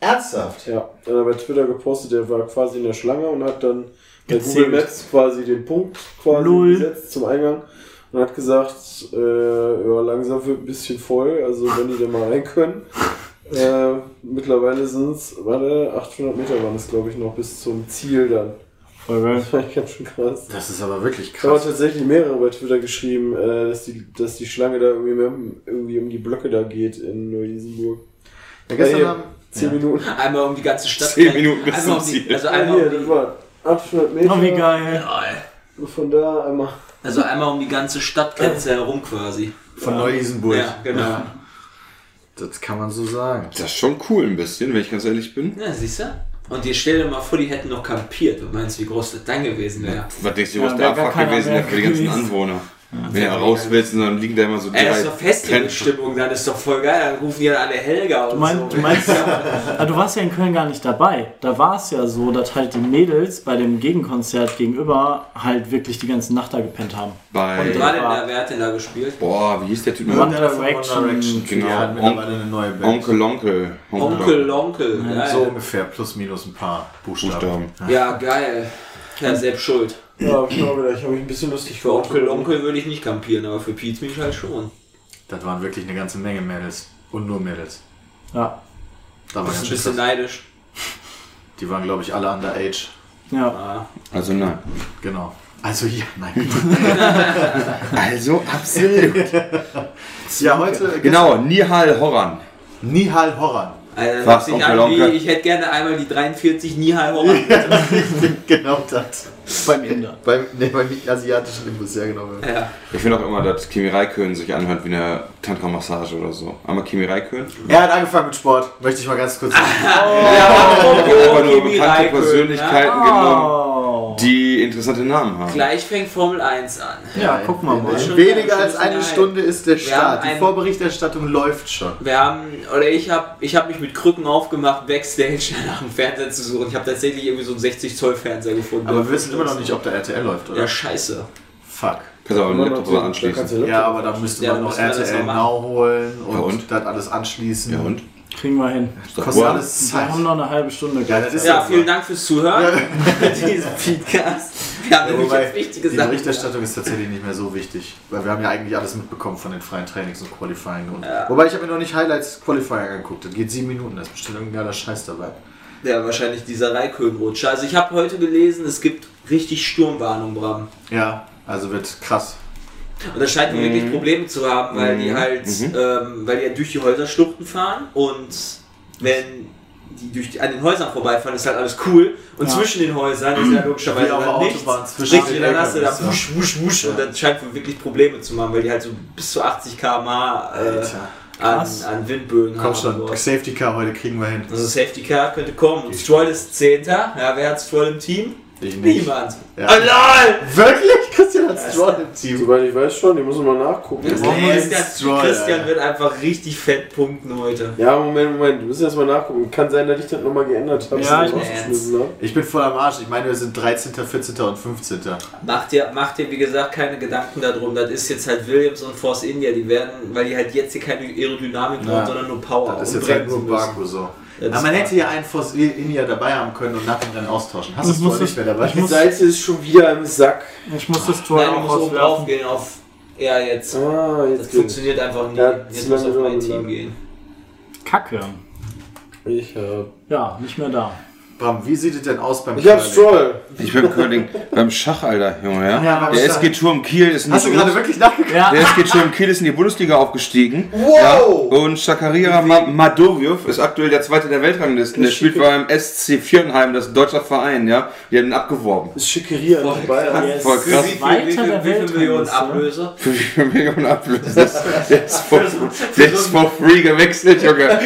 [SPEAKER 5] Ernsthaft?
[SPEAKER 9] Ja, dann hat er bei Twitter gepostet, der war quasi in der Schlange und hat dann bei
[SPEAKER 7] Gezählt.
[SPEAKER 9] Google Maps quasi den Punkt quasi
[SPEAKER 7] Null.
[SPEAKER 9] gesetzt zum Eingang und hat gesagt, äh, ja, langsam wird ein bisschen voll, also wenn die da mal rein können. Äh, mittlerweile sind es, warte, 800 Meter waren es, glaube ich, noch bis zum Ziel dann.
[SPEAKER 7] Voll geil.
[SPEAKER 9] Das war ich ganz schön krass.
[SPEAKER 5] Das ist aber wirklich
[SPEAKER 9] Da haben
[SPEAKER 5] krass.
[SPEAKER 9] tatsächlich mehrere bei Twitter geschrieben, äh, dass, die, dass die Schlange da irgendwie, mehr, irgendwie um die Blöcke da geht in Neu-Isenburg.
[SPEAKER 5] Ja, gestern
[SPEAKER 9] Ey,
[SPEAKER 5] haben,
[SPEAKER 9] 10 Minuten.
[SPEAKER 6] Einmal um die ganze Stadt.
[SPEAKER 8] Zehn Minuten bis
[SPEAKER 6] einmal um
[SPEAKER 8] zum
[SPEAKER 6] die,
[SPEAKER 8] Ziel.
[SPEAKER 6] also
[SPEAKER 9] Ja,
[SPEAKER 6] einmal
[SPEAKER 9] hier,
[SPEAKER 6] um
[SPEAKER 9] das
[SPEAKER 6] die,
[SPEAKER 9] war 800 Meter.
[SPEAKER 7] Oh, wie geil.
[SPEAKER 9] Von da einmal.
[SPEAKER 6] also einmal um die ganze Stadtgrenze herum quasi.
[SPEAKER 5] von Neu-Isenburg.
[SPEAKER 6] Ja, genau.
[SPEAKER 5] Das kann man so sagen.
[SPEAKER 8] Das ist schon cool ein bisschen, wenn ich ganz ehrlich bin.
[SPEAKER 6] Ja, siehst du? Und die stell dir mal vor, die hätten noch kampiert. Und meinst du, wie groß das dann gewesen wäre?
[SPEAKER 8] Was denkst du,
[SPEAKER 7] Ja,
[SPEAKER 8] was
[SPEAKER 7] wär
[SPEAKER 8] der
[SPEAKER 7] gar
[SPEAKER 8] Abfuck
[SPEAKER 7] keiner
[SPEAKER 8] gewesen
[SPEAKER 7] mehr
[SPEAKER 8] wäre für die ganzen
[SPEAKER 7] gewesen.
[SPEAKER 8] Anwohner? Wenn er raus willst, und dann liegen da immer so
[SPEAKER 6] Ey, das ist
[SPEAKER 8] drei
[SPEAKER 6] doch Festivalstimmung, dann ist doch voll geil. Dann rufen die dann alle Helga und
[SPEAKER 7] Du, mein,
[SPEAKER 6] so.
[SPEAKER 7] du meinst, Ah, du warst ja in Köln gar nicht dabei. Da war es ja so, dass halt die Mädels bei dem Gegenkonzert gegenüber halt wirklich die ganze Nacht da gepennt haben.
[SPEAKER 6] Wer hat
[SPEAKER 8] bei.
[SPEAKER 6] denn da- wer hat denn da gespielt?
[SPEAKER 8] Boah, wie hieß der Typ
[SPEAKER 7] One
[SPEAKER 8] nochmal?
[SPEAKER 7] Direction.
[SPEAKER 5] Genau. Die
[SPEAKER 8] Genau.
[SPEAKER 5] hat mittlerweile eine neue Band.
[SPEAKER 8] Onkel, Onkel.
[SPEAKER 6] Onkel, Onkel, geil.
[SPEAKER 5] So ungefähr, plus minus ein paar Buchstaben.
[SPEAKER 8] Buchstaben.
[SPEAKER 6] Ja, geil. Ja, selbst schuld.
[SPEAKER 9] Ja, hab ich auch wieder. Ich also- habe mich ein bisschen lustig
[SPEAKER 6] Für Onkel, Onkel würde ich nicht kampieren, aber für Pete mich halt schon.
[SPEAKER 5] Das waren wirklich eine ganze Menge Mädels. Und nur Mädels.
[SPEAKER 7] Ja.
[SPEAKER 5] Da war
[SPEAKER 6] Bist ein
[SPEAKER 5] ganz
[SPEAKER 6] bisschen
[SPEAKER 5] schön krass.
[SPEAKER 6] neidisch.
[SPEAKER 5] Die waren, glaube ich, alle underage.
[SPEAKER 7] Ja.
[SPEAKER 6] Ah.
[SPEAKER 8] Also nein.
[SPEAKER 5] Genau. Also ja, nein.
[SPEAKER 8] Also absolut.
[SPEAKER 5] ja, heute
[SPEAKER 8] genau, Nihal Horan.
[SPEAKER 5] Nihal Horan.
[SPEAKER 6] Alter, das
[SPEAKER 8] Was,
[SPEAKER 6] sich
[SPEAKER 8] Onkel,
[SPEAKER 6] an wie,
[SPEAKER 8] Onkel?
[SPEAKER 6] Also, ich hätte gerne einmal die 43 Nihal Horror.
[SPEAKER 5] genau das.
[SPEAKER 7] Beim Inder.
[SPEAKER 5] Beim, nee, beim asiatischen Imbus, ja genau.
[SPEAKER 6] ja.
[SPEAKER 8] Ich finde auch immer, dass Kimi Räikkönen sich anhört wie eine Tantra-Massage oder
[SPEAKER 5] Oh,
[SPEAKER 8] so. Aber Kimi Räikkönen?
[SPEAKER 5] Er hat angefangen mit Sport, möchte ich mal ganz kurz sagen.
[SPEAKER 8] Oh, einfach nur
[SPEAKER 6] Kimi
[SPEAKER 8] bekannte
[SPEAKER 6] Räikkönen,
[SPEAKER 8] Persönlichkeiten
[SPEAKER 6] ne?
[SPEAKER 8] genommen,
[SPEAKER 7] Oh.
[SPEAKER 8] die interessante Namen haben.
[SPEAKER 6] Gleich fängt Formel 1 an.
[SPEAKER 7] Ja, guck mal mal.
[SPEAKER 6] Schon
[SPEAKER 5] Weniger
[SPEAKER 6] wieder
[SPEAKER 5] als
[SPEAKER 6] schon
[SPEAKER 5] eine
[SPEAKER 6] wieder
[SPEAKER 5] Stunde ist der Start.
[SPEAKER 6] haben
[SPEAKER 5] Die
[SPEAKER 6] ein-
[SPEAKER 5] Vorberichterstattung läuft schon.
[SPEAKER 6] Wir haben, oder ich habe ich hab mich mit Krücken aufgemacht, Backstage nach dem Fernseher zu suchen. Ich habe tatsächlich irgendwie so einen 60 Zoll Fernseher gefunden.
[SPEAKER 5] Aber wir wissen immer noch nicht, ob der RTL läuft, oder?
[SPEAKER 6] Ja, scheiße.
[SPEAKER 5] Fuck.
[SPEAKER 8] Pass auf, den Laptop mal
[SPEAKER 9] Da kannst du
[SPEAKER 8] anschließen.
[SPEAKER 9] den
[SPEAKER 5] Ja, aber da müsste
[SPEAKER 6] Ja,
[SPEAKER 5] man
[SPEAKER 6] dann
[SPEAKER 5] noch
[SPEAKER 6] müssen wir das
[SPEAKER 5] RTL
[SPEAKER 6] noch machen.
[SPEAKER 5] Now genau holen und,
[SPEAKER 8] Ja, und?
[SPEAKER 5] dann alles anschließen.
[SPEAKER 8] Ja und?
[SPEAKER 7] Kriegen wir hin.
[SPEAKER 5] Kostet
[SPEAKER 8] Wow.
[SPEAKER 5] alles
[SPEAKER 7] Wir
[SPEAKER 5] Zeit.
[SPEAKER 7] haben noch eine halbe Stunde.
[SPEAKER 5] Ja, das ist
[SPEAKER 6] Ja,
[SPEAKER 5] jetzt
[SPEAKER 6] vielen
[SPEAKER 5] mal.
[SPEAKER 6] Dank fürs Zuhören. Diesen Podcast. Wir haben
[SPEAKER 5] Ja,
[SPEAKER 6] nämlich
[SPEAKER 5] wobei,
[SPEAKER 6] jetzt
[SPEAKER 5] die
[SPEAKER 6] wichtige Sachen.
[SPEAKER 5] Berichterstattung ist tatsächlich nicht mehr so wichtig, weil wir haben ja eigentlich alles mitbekommen von den freien Trainings und Qualifying. Und Wobei ich habe mir noch nicht Highlights Qualifying angeguckt. Das geht sieben Minuten, da ist bestimmt irgendein geiler Scheiß dabei.
[SPEAKER 6] Ja, wahrscheinlich dieser Raiköhenrutscher. Also ich habe heute gelesen, es gibt richtig Sturmwarnung, Bram.
[SPEAKER 5] Ja, also wird krass.
[SPEAKER 6] Und das scheint wirklich Probleme zu haben, weil die halt, ähm, weil die ja durch die Häuserschluchten fahren und wenn die durch die, an den Häusern vorbeifahren, ist halt alles cool. Und
[SPEAKER 7] Ja.
[SPEAKER 6] zwischen den Häusern ist ja
[SPEAKER 5] Wie
[SPEAKER 6] logischerweise
[SPEAKER 5] auf
[SPEAKER 6] dann
[SPEAKER 5] der
[SPEAKER 6] nichts.
[SPEAKER 5] Autobahn zwischen
[SPEAKER 6] Richtig,
[SPEAKER 5] den
[SPEAKER 6] und dann hast du da
[SPEAKER 5] LKWs, ja.
[SPEAKER 6] wusch, wusch, wusch und dann scheint wohl wirklich Probleme zu machen, weil die halt so bis zu 80 km/h
[SPEAKER 5] Alter.
[SPEAKER 6] äh, an, an Windböen
[SPEAKER 5] Komm
[SPEAKER 6] haben.
[SPEAKER 5] schon,
[SPEAKER 6] dort.
[SPEAKER 5] Safety Car heute kriegen wir hin.
[SPEAKER 6] Also Safety Car könnte kommen. Und Stroll ist Zehnter. Ja, wer hat Stroll im Team?
[SPEAKER 5] Ich nicht.
[SPEAKER 6] Niemand.
[SPEAKER 5] Ja.
[SPEAKER 6] Oh, lol!
[SPEAKER 5] Wirklich? Christian hat Stroll im Team.
[SPEAKER 9] Soweit ich weiß schon, die müssen wir mal nachgucken.
[SPEAKER 5] brauchen wir jetzt
[SPEAKER 6] Christian,
[SPEAKER 5] Stroll,
[SPEAKER 6] Christian
[SPEAKER 5] Alter.
[SPEAKER 6] wird einfach richtig fett punkten heute.
[SPEAKER 9] Ja, Moment, Moment, wir müssen erst mal nachgucken. Kann sein, dass ich das nochmal geändert habe.
[SPEAKER 7] Ja,
[SPEAKER 9] dass
[SPEAKER 7] ich-
[SPEAKER 9] rausgeschmissen habe.
[SPEAKER 5] Ich bin voll am Arsch. Ich meine, wir sind 13., 14. und 15.
[SPEAKER 6] Mach dir, mach dir, wie gesagt, keine Gedanken darum. Das ist jetzt halt Williams und Force India. Die werden, weil die halt jetzt hier keine Aerodynamik
[SPEAKER 5] Ja.
[SPEAKER 6] haben, sondern nur Power.
[SPEAKER 5] Das ist
[SPEAKER 6] und
[SPEAKER 5] jetzt halt
[SPEAKER 6] bremsen
[SPEAKER 5] nur
[SPEAKER 6] müssen.
[SPEAKER 5] Baku so.
[SPEAKER 6] Ja, das
[SPEAKER 5] Aber man
[SPEAKER 6] ist
[SPEAKER 5] hätte ja einen Force India dabei haben können und nach dem Rennen austauschen. Hast du
[SPEAKER 7] Ich
[SPEAKER 5] es
[SPEAKER 7] muss
[SPEAKER 5] wohl nicht
[SPEAKER 7] das-
[SPEAKER 5] mehr dabei?
[SPEAKER 7] ich muss-
[SPEAKER 9] Salz ist schon wieder im Sack.
[SPEAKER 7] Ich muss das Tor
[SPEAKER 6] Nein, du
[SPEAKER 7] auch
[SPEAKER 6] musst oben drauf
[SPEAKER 7] auswerfen.
[SPEAKER 6] gehen auf. Ja, jetzt.
[SPEAKER 9] Ah,
[SPEAKER 6] Das
[SPEAKER 9] jetzt geht's.
[SPEAKER 6] funktioniert einfach nicht.
[SPEAKER 9] Ja,
[SPEAKER 6] jetzt
[SPEAKER 9] zu
[SPEAKER 6] muss
[SPEAKER 9] lange
[SPEAKER 6] auf mein
[SPEAKER 9] gedauert.
[SPEAKER 6] Team gehen.
[SPEAKER 7] Kacke.
[SPEAKER 9] Ich hab.
[SPEAKER 7] Ja, nicht mehr da.
[SPEAKER 5] Bram, wie sieht es denn aus beim
[SPEAKER 9] Ich hab
[SPEAKER 5] Curling?
[SPEAKER 9] Stroll.
[SPEAKER 8] Ich bin Curling beim Schach, Alter, Junge, ja?
[SPEAKER 5] Ja, beim
[SPEAKER 8] der
[SPEAKER 5] Schach.
[SPEAKER 8] SG Turm Kiel ist in die
[SPEAKER 5] Hast du gerade
[SPEAKER 8] Bundes-
[SPEAKER 5] wirklich nachgeguckt?
[SPEAKER 7] Ja,
[SPEAKER 8] der SG Turm Kiel ist in die Bundesliga aufgestiegen.
[SPEAKER 5] Wow!
[SPEAKER 8] Ja, und Shakaria Ma Madoviev ist aktuell der zweite der Weltrangliste. Der spielt beim SC Viertenheim, das ist ein deutscher Verein, ja. Die haben ihn abgeworben.
[SPEAKER 9] Ist Schickeria
[SPEAKER 6] Voll
[SPEAKER 9] dabei.
[SPEAKER 7] yes.
[SPEAKER 8] Voll krass.
[SPEAKER 6] Wie viel,
[SPEAKER 7] Weiter
[SPEAKER 6] wie viel,
[SPEAKER 7] der
[SPEAKER 6] wie viel Millionen
[SPEAKER 7] Weltrangliste. ne?
[SPEAKER 6] Ablöse?
[SPEAKER 8] Für wie viel Millionen ablösen? Das, der, ist for, der ist for free gewechselt, Junge.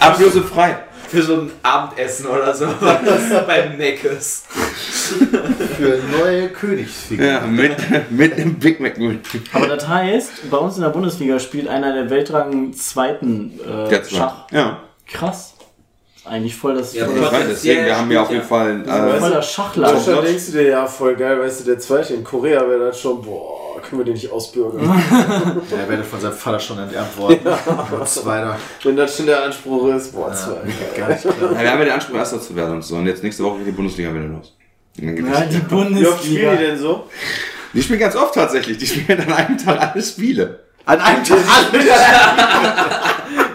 [SPEAKER 8] Ablösefrei.
[SPEAKER 6] Für so ein Abendessen oder so. bei Meckes.
[SPEAKER 5] Für neue Königsfigur.
[SPEAKER 8] Ja, mit, mit einem Big Mac.
[SPEAKER 7] aber das heißt, bei uns in der Bundesliga spielt einer der Weltrang zweiten äh,
[SPEAKER 8] Der zweite.
[SPEAKER 7] Schach.
[SPEAKER 8] Ja,
[SPEAKER 7] Krass. Ist eigentlich voll das,
[SPEAKER 6] Ja,
[SPEAKER 7] voll
[SPEAKER 8] ich weiß, deswegen, wir haben ja auf jeden Fall
[SPEAKER 7] das-
[SPEAKER 8] äh,
[SPEAKER 7] voll das
[SPEAKER 9] Deutschland
[SPEAKER 7] Schachladen.
[SPEAKER 9] denkst du dir, ja, voll geil, weißt du, der zweite in Korea wäre dann schon, boah, können wir den nicht ausbürgern.
[SPEAKER 5] Er werde von seinem Vater schon enterbt worden. Und Zweiter.
[SPEAKER 9] Wenn das schon der Anspruch ist, boah, zwei.
[SPEAKER 5] Gar nicht klar.
[SPEAKER 8] Ja, äh, wir haben ja den Anspruch, Erster zu werden und so. Und jetzt nächste Woche geht die Bundesliga wieder los. Und dann geht's.
[SPEAKER 7] Ja, ne? die
[SPEAKER 9] Wie oft spielen die
[SPEAKER 7] Bundesliga.
[SPEAKER 9] denn so?
[SPEAKER 8] Die spielen ganz oft tatsächlich. Die spielen an einem Tag alle Spiele.
[SPEAKER 5] An einem Tag alle.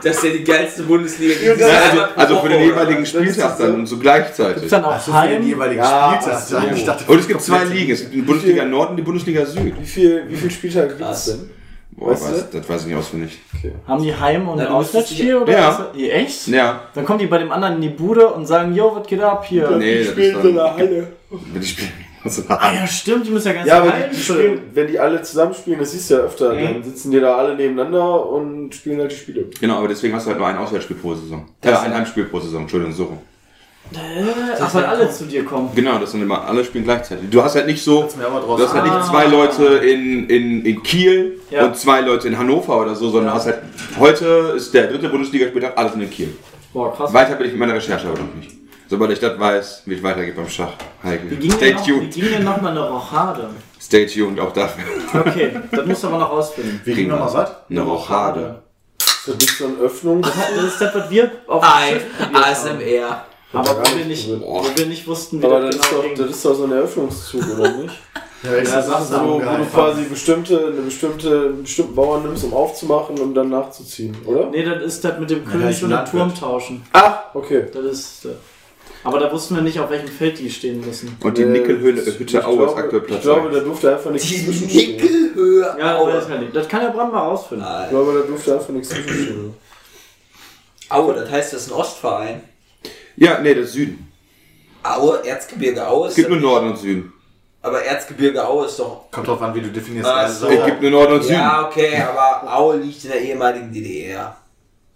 [SPEAKER 6] Das ist ja die geilste Bundesliga. die es
[SPEAKER 8] Ja,
[SPEAKER 6] seit
[SPEAKER 8] also,
[SPEAKER 6] Jahren
[SPEAKER 8] also für den
[SPEAKER 6] gibt.
[SPEAKER 8] jeweiligen
[SPEAKER 9] Das ist
[SPEAKER 8] Spieltag
[SPEAKER 9] so.
[SPEAKER 8] dann und so
[SPEAKER 7] Ist
[SPEAKER 8] gleichzeitig.
[SPEAKER 7] dann auch
[SPEAKER 5] Ach so, für den
[SPEAKER 7] Heim?
[SPEAKER 5] jeweiligen
[SPEAKER 9] Ja,
[SPEAKER 5] Spieltag.
[SPEAKER 9] ach so.
[SPEAKER 5] Ich dachte,
[SPEAKER 8] Und es gibt zwei Ligen. Es gibt die Bundesliga Nord und die Bundesliga Süd.
[SPEAKER 9] Wie viel, wie viel Spieltage gibt es
[SPEAKER 6] Krass.
[SPEAKER 9] denn?
[SPEAKER 8] Boah,
[SPEAKER 9] Weißt du?
[SPEAKER 8] weiß, das weiß ich nicht auswendig.
[SPEAKER 7] Haben die Heim- und
[SPEAKER 6] Dann
[SPEAKER 7] Auswärtsspiel?
[SPEAKER 6] auswärts-
[SPEAKER 7] Oder
[SPEAKER 8] Ja.
[SPEAKER 7] ist das- Ihr Echt?
[SPEAKER 8] Ja,
[SPEAKER 7] Dann kommen die bei dem anderen in die Bude und sagen, yo, was geht ab hier?
[SPEAKER 8] nee,
[SPEAKER 9] die
[SPEAKER 8] das
[SPEAKER 9] spielen
[SPEAKER 8] ist
[SPEAKER 9] in so einer
[SPEAKER 8] dann.
[SPEAKER 9] Halle.
[SPEAKER 8] Die spielen in so
[SPEAKER 7] Ah
[SPEAKER 8] einer
[SPEAKER 7] ja, stimmt, die müssen ja ganz
[SPEAKER 9] Ja, aber
[SPEAKER 7] Heim
[SPEAKER 9] die, die spielen, wenn die alle zusammen spielen, das siehst du ja öfter, dann sitzen die da alle nebeneinander und spielen halt die Spiele.
[SPEAKER 8] Genau, aber deswegen hast du halt nur ein Auswärtsspiel pro Saison. Ja, ein Heimspiel pro Saison, Entschuldigung, so rum.
[SPEAKER 7] Äh, Ach, weil alle zu dir kommen.
[SPEAKER 8] Genau, das sind immer alle spielen gleichzeitig. Du hast halt nicht so,
[SPEAKER 5] mir aber draus
[SPEAKER 8] du hast halt nicht zwei Leute in, in, in Kiel
[SPEAKER 7] Ja.
[SPEAKER 8] und zwei Leute in Hannover oder so, sondern du hast halt, heute ist der dritte Bundesligaspieltag, alles in Kiel.
[SPEAKER 7] Boah, krass.
[SPEAKER 8] Weiter bin ich mit meiner Recherche aber noch nicht. Sobald ich das weiß, wie es weitergeht beim Schach. Heike.
[SPEAKER 7] Wie ging
[SPEAKER 8] Stay
[SPEAKER 7] denn noch, wie
[SPEAKER 8] tuned.
[SPEAKER 7] ging denn noch mal eine Rochade?
[SPEAKER 8] Stay tuned auch dafür.
[SPEAKER 7] Okay, das musst du aber noch rausfinden.
[SPEAKER 5] Wir kriegen nochmal was?
[SPEAKER 8] Eine Rochade.
[SPEAKER 9] Ist das nicht so eine Öffnung?
[SPEAKER 7] Das ist das, was wir auf dem
[SPEAKER 6] Ein
[SPEAKER 7] Schiff probiert haben.
[SPEAKER 6] ASMR.
[SPEAKER 7] Aber wo wir, nicht,
[SPEAKER 8] Boah.
[SPEAKER 7] wo wir nicht wussten, wie
[SPEAKER 9] Aber
[SPEAKER 7] das
[SPEAKER 9] das ist,
[SPEAKER 7] genau
[SPEAKER 9] doch,
[SPEAKER 7] ging.
[SPEAKER 9] das ist doch so ein Eröffnungszug, oder nicht?
[SPEAKER 5] Ja, ich
[SPEAKER 7] das ist
[SPEAKER 9] So, wo du quasi bestimmte, eine bestimmte, einen bestimmten Bauern nimmst, um aufzumachen, um dann nachzuziehen, oder?
[SPEAKER 7] Nee, das ist das mit dem
[SPEAKER 5] das
[SPEAKER 7] König
[SPEAKER 5] ist
[SPEAKER 7] und dem
[SPEAKER 5] Landwirt.
[SPEAKER 7] Turm tauschen.
[SPEAKER 9] Ah, okay.
[SPEAKER 7] Das ist. äh, Aber da wussten wir nicht, auf welchem Feld die stehen müssen.
[SPEAKER 8] Und die
[SPEAKER 9] Äh,
[SPEAKER 8] Nickelhöhle
[SPEAKER 9] ich
[SPEAKER 8] Hütte Aue ist
[SPEAKER 9] glaube-
[SPEAKER 8] aktuell
[SPEAKER 9] Ich
[SPEAKER 8] Platz
[SPEAKER 9] glaube, da
[SPEAKER 8] 1.
[SPEAKER 9] durfte einfach nichts zwischenstehen. Ich
[SPEAKER 6] Nickelhöhe.
[SPEAKER 7] Ja,
[SPEAKER 6] Aue.
[SPEAKER 7] das, nicht. das kann der Brand mal rausfinden.
[SPEAKER 9] glaube, da durfte einfach nichts zwischenstehen.
[SPEAKER 6] Aue, das heißt, das ist ein Ostverein.
[SPEAKER 8] Ja, nee, das ist Süden.
[SPEAKER 6] Aue, Erzgebirge Aue.
[SPEAKER 8] Es gibt nur Norden und Süden.
[SPEAKER 6] Aber Erzgebirge Aue ist doch.
[SPEAKER 5] Kommt drauf an, wie du definierst.
[SPEAKER 6] Ah,
[SPEAKER 5] Also,
[SPEAKER 6] so.
[SPEAKER 8] Es gibt nur Norden und Süden.
[SPEAKER 6] Ja, okay, aber Aue liegt in der ehemaligen DDR.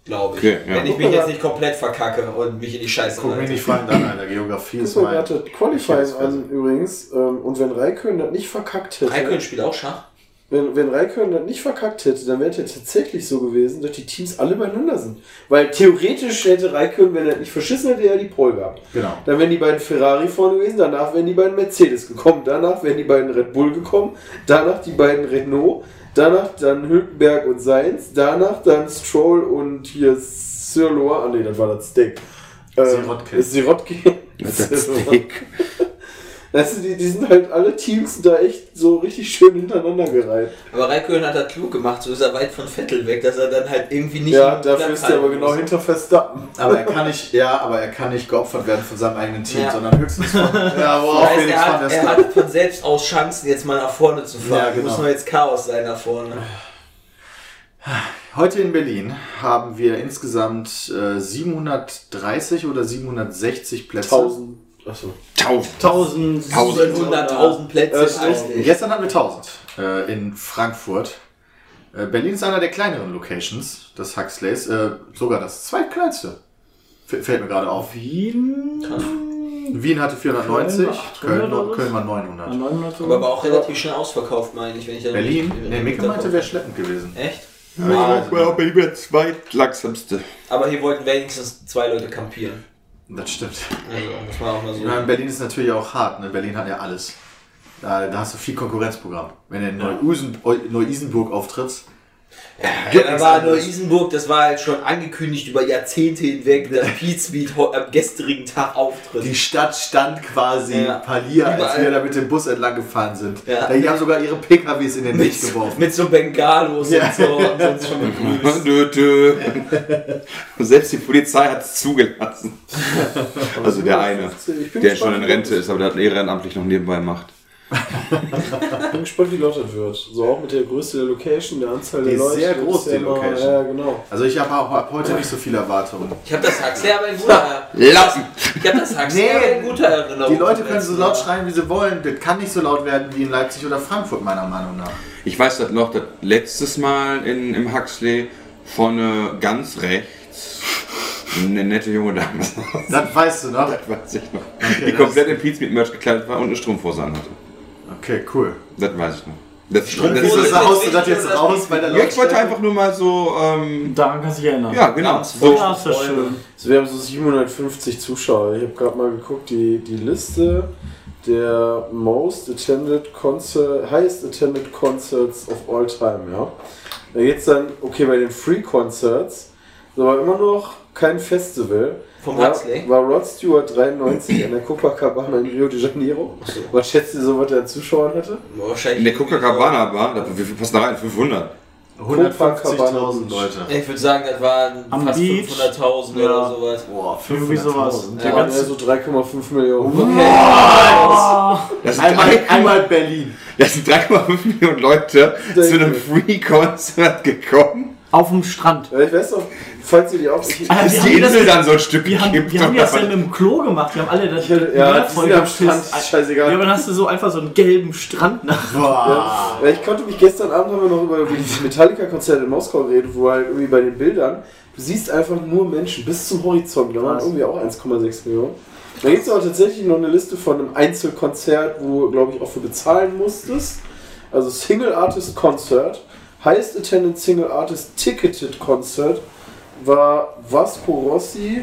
[SPEAKER 6] glaube ich.
[SPEAKER 8] Okay, ja.
[SPEAKER 6] Wenn ich mich jetzt nicht komplett verkacke und mich in die Scheiße
[SPEAKER 5] Guck mich
[SPEAKER 6] reite.
[SPEAKER 5] nicht fragen an, Alter. Geografie ist
[SPEAKER 9] Super, er
[SPEAKER 5] mein.
[SPEAKER 9] hatte Qualifying an übrigens. Ähm, und wenn Raikön das nicht verkackt hätte,
[SPEAKER 6] Raikön spielt auch Schach.
[SPEAKER 9] wenn, wenn Raikön das nicht verkackt hätte, dann wäre es ja tatsächlich so gewesen, dass die Teams alle beieinander sind. Weil theoretisch hätte Raikön, wenn er nicht verschissen hätte, ja die Pole gehabt.
[SPEAKER 5] Genau.
[SPEAKER 9] Dann wären die beiden Ferrari vorne gewesen, danach wären die beiden Mercedes gekommen, danach wären die beiden Red Bull gekommen, danach die beiden Renault, danach dann Hülkenberg und Sainz, danach dann Stroll und hier Sirloa. Ah nee, das war das Steak. Ähm,
[SPEAKER 5] Sirotkin.
[SPEAKER 9] Sirotkin.
[SPEAKER 8] Das Steak.
[SPEAKER 9] Weißt du, die, die sind halt alle Teams da echt so richtig schön hintereinander gereiht.
[SPEAKER 6] Aber Raikön hat das klug gemacht, so ist er weit von Vettel weg, dass er dann halt irgendwie nicht.
[SPEAKER 9] ja,
[SPEAKER 6] im
[SPEAKER 9] dafür
[SPEAKER 6] Platz
[SPEAKER 9] ist der aber
[SPEAKER 6] halten
[SPEAKER 9] genau
[SPEAKER 6] muss.
[SPEAKER 9] hinter Verstappen.
[SPEAKER 5] Aber er kann nicht, ja, aber er kann nicht geopfert werden von seinem eigenen Team,
[SPEAKER 6] Ja.
[SPEAKER 5] sondern höchstens von. Ja,
[SPEAKER 6] Das
[SPEAKER 5] wow,
[SPEAKER 6] heißt,
[SPEAKER 5] Felix
[SPEAKER 6] er,
[SPEAKER 5] van der
[SPEAKER 6] hat, er
[SPEAKER 5] Star.
[SPEAKER 6] hat von selbst aus Chancen, jetzt mal nach vorne zu fahren.
[SPEAKER 5] Ja, genau.
[SPEAKER 6] Muss nur jetzt Chaos sein nach vorne.
[SPEAKER 5] Heute in Berlin haben wir insgesamt äh, 730 oder 760 Plätze.
[SPEAKER 9] 1000. Achso.
[SPEAKER 8] Tausend.
[SPEAKER 7] 1000,
[SPEAKER 6] 100.000 Plätze.
[SPEAKER 5] Äh, es ist-
[SPEAKER 6] eigentlich.
[SPEAKER 5] gestern hatten wir 1000 äh, in Frankfurt. Äh, Berlin ist einer der kleineren Locations des Huxleys, äh, sogar das zweitkleinste. F fällt mir gerade auf.
[SPEAKER 7] Wien?
[SPEAKER 5] Wien hatte 490, Köln,
[SPEAKER 7] Köln war 800 oder
[SPEAKER 5] Köln,
[SPEAKER 7] was?
[SPEAKER 5] war 900.
[SPEAKER 6] Aber war auch relativ schnell ausverkauft, meine ich. Wenn ich da
[SPEAKER 5] Berlin,
[SPEAKER 6] nicht-
[SPEAKER 5] nee, Micke meinte, wäre schleppend gewesen.
[SPEAKER 6] Echt?
[SPEAKER 8] Wow, Baby, der zweitlangsamste.
[SPEAKER 6] Aber hier wollten wenigstens zwei Leute kampieren.
[SPEAKER 5] Das stimmt.
[SPEAKER 6] Also, muss man auch mal so.
[SPEAKER 5] Ich meine, Berlin ist natürlich auch hart. Ne? Berlin hat ja alles. Da, da hast du viel Konkurrenzprogramm. Wenn du in Neu-Usen- Eu- Neu-Isenburg auftrittst,
[SPEAKER 6] Ja, da war nur Isenburg, das war halt schon angekündigt über Jahrzehnte hinweg, dass Pete Speed ho- am gestrigen Tag auftritt.
[SPEAKER 5] die Stadt stand quasi
[SPEAKER 6] Ja.
[SPEAKER 5] palier, als
[SPEAKER 6] Überall.
[SPEAKER 5] wir da mit dem Bus entlang gefahren sind.
[SPEAKER 6] Ja.
[SPEAKER 5] Die haben sogar ihre PKWs in den Weg geworfen.
[SPEAKER 6] mit so Bengalos
[SPEAKER 5] Ja.
[SPEAKER 6] und so und sonst schon begrüßt.
[SPEAKER 8] Dö, dö. Selbst die Polizei hat es zugelassen. Also der eine,
[SPEAKER 9] Ich bin
[SPEAKER 8] der
[SPEAKER 9] gespannt,
[SPEAKER 8] schon in
[SPEAKER 9] wie
[SPEAKER 8] Rente
[SPEAKER 9] das-
[SPEAKER 8] ist, aber der hat ehrenamtlich noch nebenbei gemacht.
[SPEAKER 9] Ich bin gespannt, wie laut das wird. So auch mit der Größe der Location, der Anzahl der
[SPEAKER 5] Die ist
[SPEAKER 9] Leute.
[SPEAKER 5] sehr groß,
[SPEAKER 9] ist ja
[SPEAKER 5] die
[SPEAKER 9] immer-
[SPEAKER 5] Location.
[SPEAKER 9] Ja, genau.
[SPEAKER 5] Also ich habe ab heute nicht so viele Erwartungen.
[SPEAKER 6] Ich habe das Huxley aber in guter
[SPEAKER 8] Lappen.
[SPEAKER 6] Ich habe das Huxley
[SPEAKER 5] Nee,
[SPEAKER 6] aber in guter Erinnerung.
[SPEAKER 5] Die Leute können so
[SPEAKER 6] Letzten
[SPEAKER 5] laut
[SPEAKER 6] Jahr.
[SPEAKER 5] schreien, wie sie wollen. Das kann nicht so laut werden wie in Leipzig oder Frankfurt, meiner Meinung nach.
[SPEAKER 8] Ich weiß das noch, das letztes Mal in, im Huxley vorne ganz rechts eine nette junge Dame saß.
[SPEAKER 5] Das weißt du ne? noch?
[SPEAKER 8] Das weiß ich noch.
[SPEAKER 5] das-
[SPEAKER 8] die komplett in Pizza mit Merch gekleidet war und eine Strumpfhose anhatte.
[SPEAKER 5] Okay, cool.
[SPEAKER 8] Das weiß ich noch. Das,
[SPEAKER 5] Wieso
[SPEAKER 6] ist-
[SPEAKER 5] haust du das jetzt raus bei der
[SPEAKER 8] ja, ich wollte
[SPEAKER 5] Lautstärke?
[SPEAKER 8] einfach nur mal so, ähm,
[SPEAKER 7] Daran kann sich erinnern.
[SPEAKER 8] ja genau, so,
[SPEAKER 7] Ja, ist ja schön.
[SPEAKER 9] Also wir haben so 750 Zuschauer. Ich habe gerade mal geguckt, die, die Liste der most attended concert, highest attended concerts of all time, ja. Da geht's dann, okay, bei den Free Concerts, aber immer noch kein Festival.
[SPEAKER 6] Vom
[SPEAKER 9] War,
[SPEAKER 6] Huxley?
[SPEAKER 9] war Rod Stewart 93 an der Copacabana in Rio de Janeiro. Was schätzt ihr so, was er an Zuschauern hatte?
[SPEAKER 6] Boah, Wahrscheinlich.
[SPEAKER 8] in der Coca-Cabana Bar, da, wie viel passen da rein? 500.
[SPEAKER 5] 150.000 Leute.
[SPEAKER 6] Ich würde sagen, das waren
[SPEAKER 7] Am
[SPEAKER 6] fast
[SPEAKER 7] Beach?
[SPEAKER 6] 500.000
[SPEAKER 7] Ja.
[SPEAKER 6] oder sowas.
[SPEAKER 5] Boah, 500.000.
[SPEAKER 7] Irgendwie sowas.
[SPEAKER 6] Ja.
[SPEAKER 9] Da waren ja so 3,5 Millionen.
[SPEAKER 7] Oh.
[SPEAKER 8] Das sind
[SPEAKER 5] Einmal,
[SPEAKER 8] drei-
[SPEAKER 5] einmal Berlin.
[SPEAKER 8] Das sind 3,5 Millionen Leute zu einem Free-Konzert gekommen.
[SPEAKER 7] Auf dem Strand.
[SPEAKER 9] Ja, Ich weiß noch, falls ihr die auch...
[SPEAKER 7] Alter,
[SPEAKER 8] Ist
[SPEAKER 7] wir
[SPEAKER 8] die
[SPEAKER 7] haben das-
[SPEAKER 8] Insel dann so ein Stück
[SPEAKER 7] Wir haben,
[SPEAKER 8] gekippt
[SPEAKER 7] wir haben
[SPEAKER 8] oder
[SPEAKER 7] das ja
[SPEAKER 8] was?
[SPEAKER 7] mit dem Klo gemacht. Wir haben alle das
[SPEAKER 9] Ja, die sind am Strand,
[SPEAKER 7] gepisst.
[SPEAKER 9] ist scheißegal.
[SPEAKER 7] Ja, aber dann hast du so einfach so einen gelben Strand nach.
[SPEAKER 5] Boah.
[SPEAKER 9] Ja, ich konnte mich gestern Abend haben wir noch über dieses Metallica-Konzert in Moskau reden, wo halt irgendwie bei den Bildern, du siehst einfach nur Menschen bis zum Horizont. Da waren
[SPEAKER 7] Krass.
[SPEAKER 9] irgendwie auch 1,6 Millionen. Da gibt es aber tatsächlich noch eine Liste von einem Einzelkonzert, wo glaube ich auch für bezahlen musstest. Also Single Artist Concert, Highest Attended Single Artist Ticketed Concert war Vasco Rossi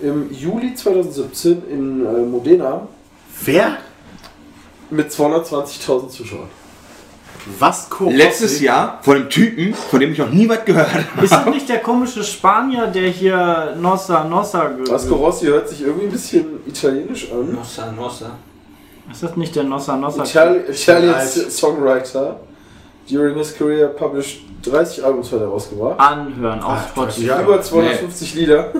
[SPEAKER 9] im Juli 2017 in äh, Modena
[SPEAKER 5] Wer?
[SPEAKER 9] mit 220.000 Zuschauern.
[SPEAKER 5] Vasco Rossi?
[SPEAKER 8] Letztes Jahr von einem Typen, von dem ich noch nie was gehört habe.
[SPEAKER 7] Ist das nicht der komische Spanier, der hier Nossa Nossa ge-
[SPEAKER 9] Vasco Rossi hört sich irgendwie ein bisschen italienisch an.
[SPEAKER 6] Nossa, Nossa.
[SPEAKER 7] Ist das nicht der Nossa Nossa?
[SPEAKER 9] Itali
[SPEAKER 5] Vielleicht.
[SPEAKER 9] Italians Songwriter. During his career published 30 Albums hat er rausgebracht.
[SPEAKER 7] Anhören auf Spotify.
[SPEAKER 5] ja.
[SPEAKER 9] Über 250 Lieder.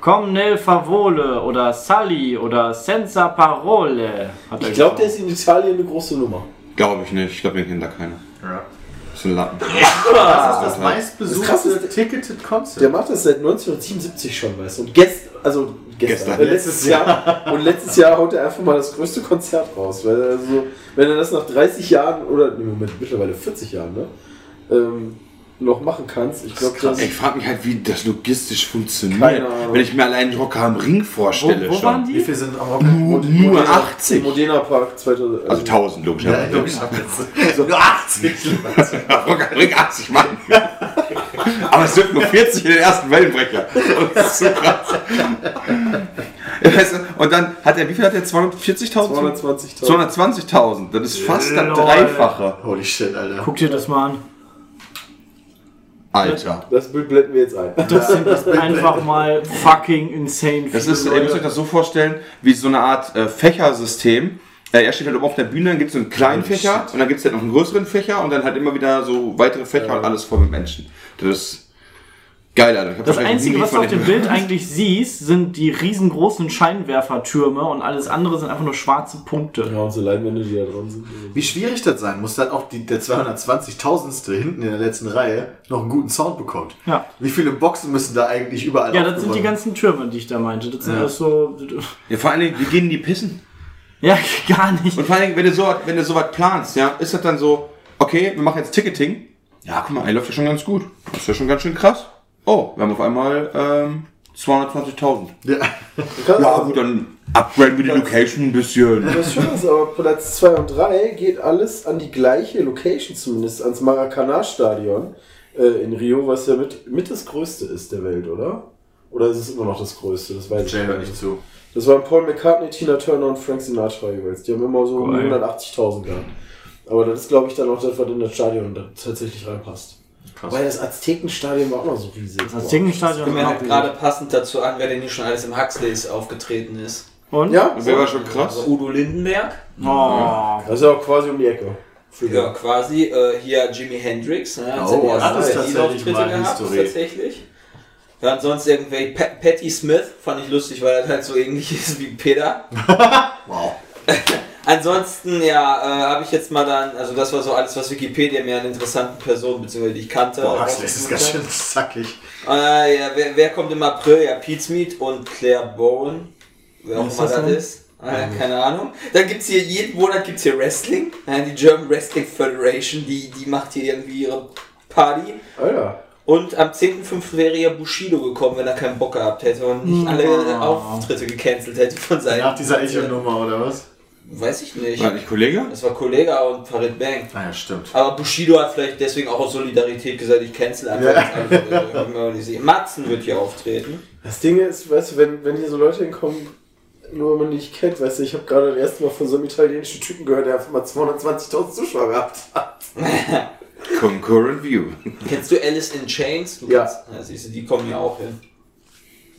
[SPEAKER 7] Komm nel favole oder Sally oder Senza Parole. Hat er
[SPEAKER 9] Ich glaube, der
[SPEAKER 7] gesagt.
[SPEAKER 9] ist in Italien eine große Nummer.
[SPEAKER 8] Glaube ich nicht, ich glaube, den kennt da keiner.
[SPEAKER 5] Ja.
[SPEAKER 8] Das ist ein Lappen. halt-
[SPEAKER 5] Das ist das
[SPEAKER 9] Das
[SPEAKER 5] meistbesuchte
[SPEAKER 9] krasseste-
[SPEAKER 5] Ticketed Concert.
[SPEAKER 9] Der macht das seit 1977 schon, weißt du. Und gest also gestern,
[SPEAKER 8] Gestern.
[SPEAKER 9] letztes Jahr. Und letztes Jahr haut er einfach mal das größte Konzert raus. Weil er so, wenn er das nach 30 Jahren oder nee, Moment, mittlerweile 40 Jahren, ne? Ähm, noch machen kannst. Ich glaube, das.
[SPEAKER 8] Ich frage mich halt, wie das logistisch funktioniert.
[SPEAKER 9] Keine Ahnung.
[SPEAKER 8] Wenn ich mir allein einen Rocker am Ring vorstelle. schon.
[SPEAKER 5] Wie viel sind am Rocken?
[SPEAKER 8] Nur, nur
[SPEAKER 9] Modena-
[SPEAKER 8] 80.
[SPEAKER 9] Modena Park 2000.
[SPEAKER 8] Also 1000,
[SPEAKER 5] Ja, ich
[SPEAKER 8] logischerweise.
[SPEAKER 5] glaub, ich hab jetzt so 80.
[SPEAKER 8] Rocker am Ring 80 Mann. Aber es dürfen nur 40 in den ersten Wellenbrecher. Das ist so krass. Ja, weißt du, Und dann hat er, wie viel hat er? 240.000?
[SPEAKER 9] 220.000.
[SPEAKER 8] 220.000. Das ist fast das
[SPEAKER 7] Lol.
[SPEAKER 8] Dreifache.
[SPEAKER 5] Holy shit, Alter.
[SPEAKER 7] Guck dir das mal an.
[SPEAKER 8] Alter.
[SPEAKER 9] Das Bild blenden wir jetzt ein.
[SPEAKER 7] Das sind einfach mal fucking insane
[SPEAKER 8] Das
[SPEAKER 7] viele
[SPEAKER 8] ist, ihr müsst euch
[SPEAKER 7] Leute.
[SPEAKER 8] das so vorstellen, wie so eine Art äh, Fächersystem. Äh, er steht halt oben auf der Bühne, dann gibt es so einen
[SPEAKER 9] Oh,
[SPEAKER 8] kleinen Fächer und dann gibt es halt noch einen größeren Fächer und dann halt immer wieder so weitere Fächer und alles voll mit Menschen. Das ist geil, Alter. Ich hab
[SPEAKER 7] Das
[SPEAKER 8] wahrscheinlich
[SPEAKER 7] Einzige,
[SPEAKER 8] nie
[SPEAKER 7] was du
[SPEAKER 8] von
[SPEAKER 7] auf dem
[SPEAKER 8] den-
[SPEAKER 7] Bild eigentlich siehst, sind die riesengroßen Scheinwerfertürme und alles andere sind einfach nur schwarze Punkte.
[SPEAKER 9] Ja, unsere Leinwände, die da dran sind.
[SPEAKER 5] Wie schwierig das sein muss, dass auch die, der 220.000. hinten in der letzten Reihe noch einen guten Sound bekommt.
[SPEAKER 7] Ja.
[SPEAKER 5] Wie viele Boxen müssen da eigentlich überall
[SPEAKER 7] Ja, das sind die
[SPEAKER 5] aufgeräumt
[SPEAKER 7] ganzen Türme, die ich da meinte. Das sind
[SPEAKER 5] Ja.
[SPEAKER 7] alles so.
[SPEAKER 8] Ja, vor allen Dingen, wie gehen die pissen?
[SPEAKER 7] Ja, gar nicht.
[SPEAKER 8] Und vor allen Dingen, wenn du sowas, wenn du sowas planst, ja, ist das dann so, okay, wir machen jetzt Ticketing. Ja, guck mal, ey, läuft ja schon ganz gut. Das ist ja schon ganz schön krass. Oh, wir haben auf einmal ähm, 220.000.
[SPEAKER 5] Ja.
[SPEAKER 8] Ja, gut, dann upgraden wir die Location ein bisschen.
[SPEAKER 9] Das Schöne ist aber, Platz 2 und 3 geht alles an die gleiche Location zumindest, ans Maracaná-Stadion äh, in Rio, was ja mit, mit das größte ist der Welt, oder? Oder ist es immer noch das größte? Das weiß
[SPEAKER 5] Jay
[SPEAKER 9] ich
[SPEAKER 5] hört
[SPEAKER 9] nicht.
[SPEAKER 5] nicht zu.
[SPEAKER 9] Das waren Paul McCartney, Tina Turner und Frank Sinatra jeweils. Die haben immer so um die
[SPEAKER 7] Geil.
[SPEAKER 9] 180.000 gehabt. Aber das ist, glaube ich, dann auch das, was in das Stadion da tatsächlich reinpasst. Weil das Aztekenstadion war auch noch so riesig.
[SPEAKER 7] Das Zingenstadion
[SPEAKER 6] Kommt mir halt gerade passend dazu an, wer denn hier schon alles im Huxleys aufgetreten ist.
[SPEAKER 7] Und?
[SPEAKER 9] Ja?
[SPEAKER 8] Wäre schon krass.
[SPEAKER 6] Also Udo Lindenberg,
[SPEAKER 7] Oh.
[SPEAKER 9] Das ist ja auch quasi um die Ecke.
[SPEAKER 6] ja quasi, äh, hier Jimi Hendrix, ne, hat
[SPEAKER 5] Oh,
[SPEAKER 6] seine ersten
[SPEAKER 5] das ist tatsächlich
[SPEAKER 6] Berlin-Auftritte
[SPEAKER 5] mal
[SPEAKER 6] gehabt,
[SPEAKER 5] Historie.
[SPEAKER 6] tatsächlich. Dann sonst irgendwie Pa- Patti Smith, fand ich lustig, weil er halt so ähnlich ist wie Peter.
[SPEAKER 5] Wow.
[SPEAKER 6] Ansonsten, ja, äh, habe ich jetzt mal dann, also das war so alles, was Wikipedia mir an interessanten Personen, beziehungsweise die ich kannte.
[SPEAKER 5] Boah, Huxley das ist
[SPEAKER 6] rausgesucht
[SPEAKER 5] ganz
[SPEAKER 6] hat.
[SPEAKER 5] schön zackig.
[SPEAKER 6] Äh, ja, wer, wer kommt im April? Ja, Pete Smith und Claire Bowen. Wer auch
[SPEAKER 7] Was
[SPEAKER 6] immer
[SPEAKER 7] ist das
[SPEAKER 6] das
[SPEAKER 7] denn?
[SPEAKER 6] ist. Ah, ja, keine Ahnung. Dann gibt's hier, jeden Monat gibt's hier Wrestling. Ja, die German Wrestling Federation, die, die macht hier irgendwie ihre Party.
[SPEAKER 9] Alter.
[SPEAKER 6] Und am 10.5. wäre ja Bushido gekommen, wenn er keinen Bock gehabt hätte und nicht alle Auftritte gecancelt hätte von seinen.
[SPEAKER 5] Nach dieser Echo-Nummer oder was?
[SPEAKER 6] Weiß ich nicht.
[SPEAKER 8] War nicht Kollege?
[SPEAKER 6] Das war Kollega und Farid Bang.
[SPEAKER 5] Ah ja, stimmt.
[SPEAKER 6] Aber Bushido hat vielleicht deswegen auch aus Solidarität gesagt, ich cancel einfach
[SPEAKER 5] Ja.
[SPEAKER 6] jetzt alles. Also, können wir auch nicht sehen. Matzen wird hier auftreten.
[SPEAKER 9] Das Ding ist, weißt du, wenn, wenn hier so Leute hinkommen, nur wenn man die nicht kennt, weißt du, ich habe gerade das erste Mal von so einem italienischen Typen gehört, der einfach mal 220.000 Zuschauer gehabt hat.
[SPEAKER 8] Concurrent View.
[SPEAKER 6] Kennst du Alice in Chains? Du
[SPEAKER 9] Ja.
[SPEAKER 6] Kennst, ja, siehst du, die kommen hier auch hin.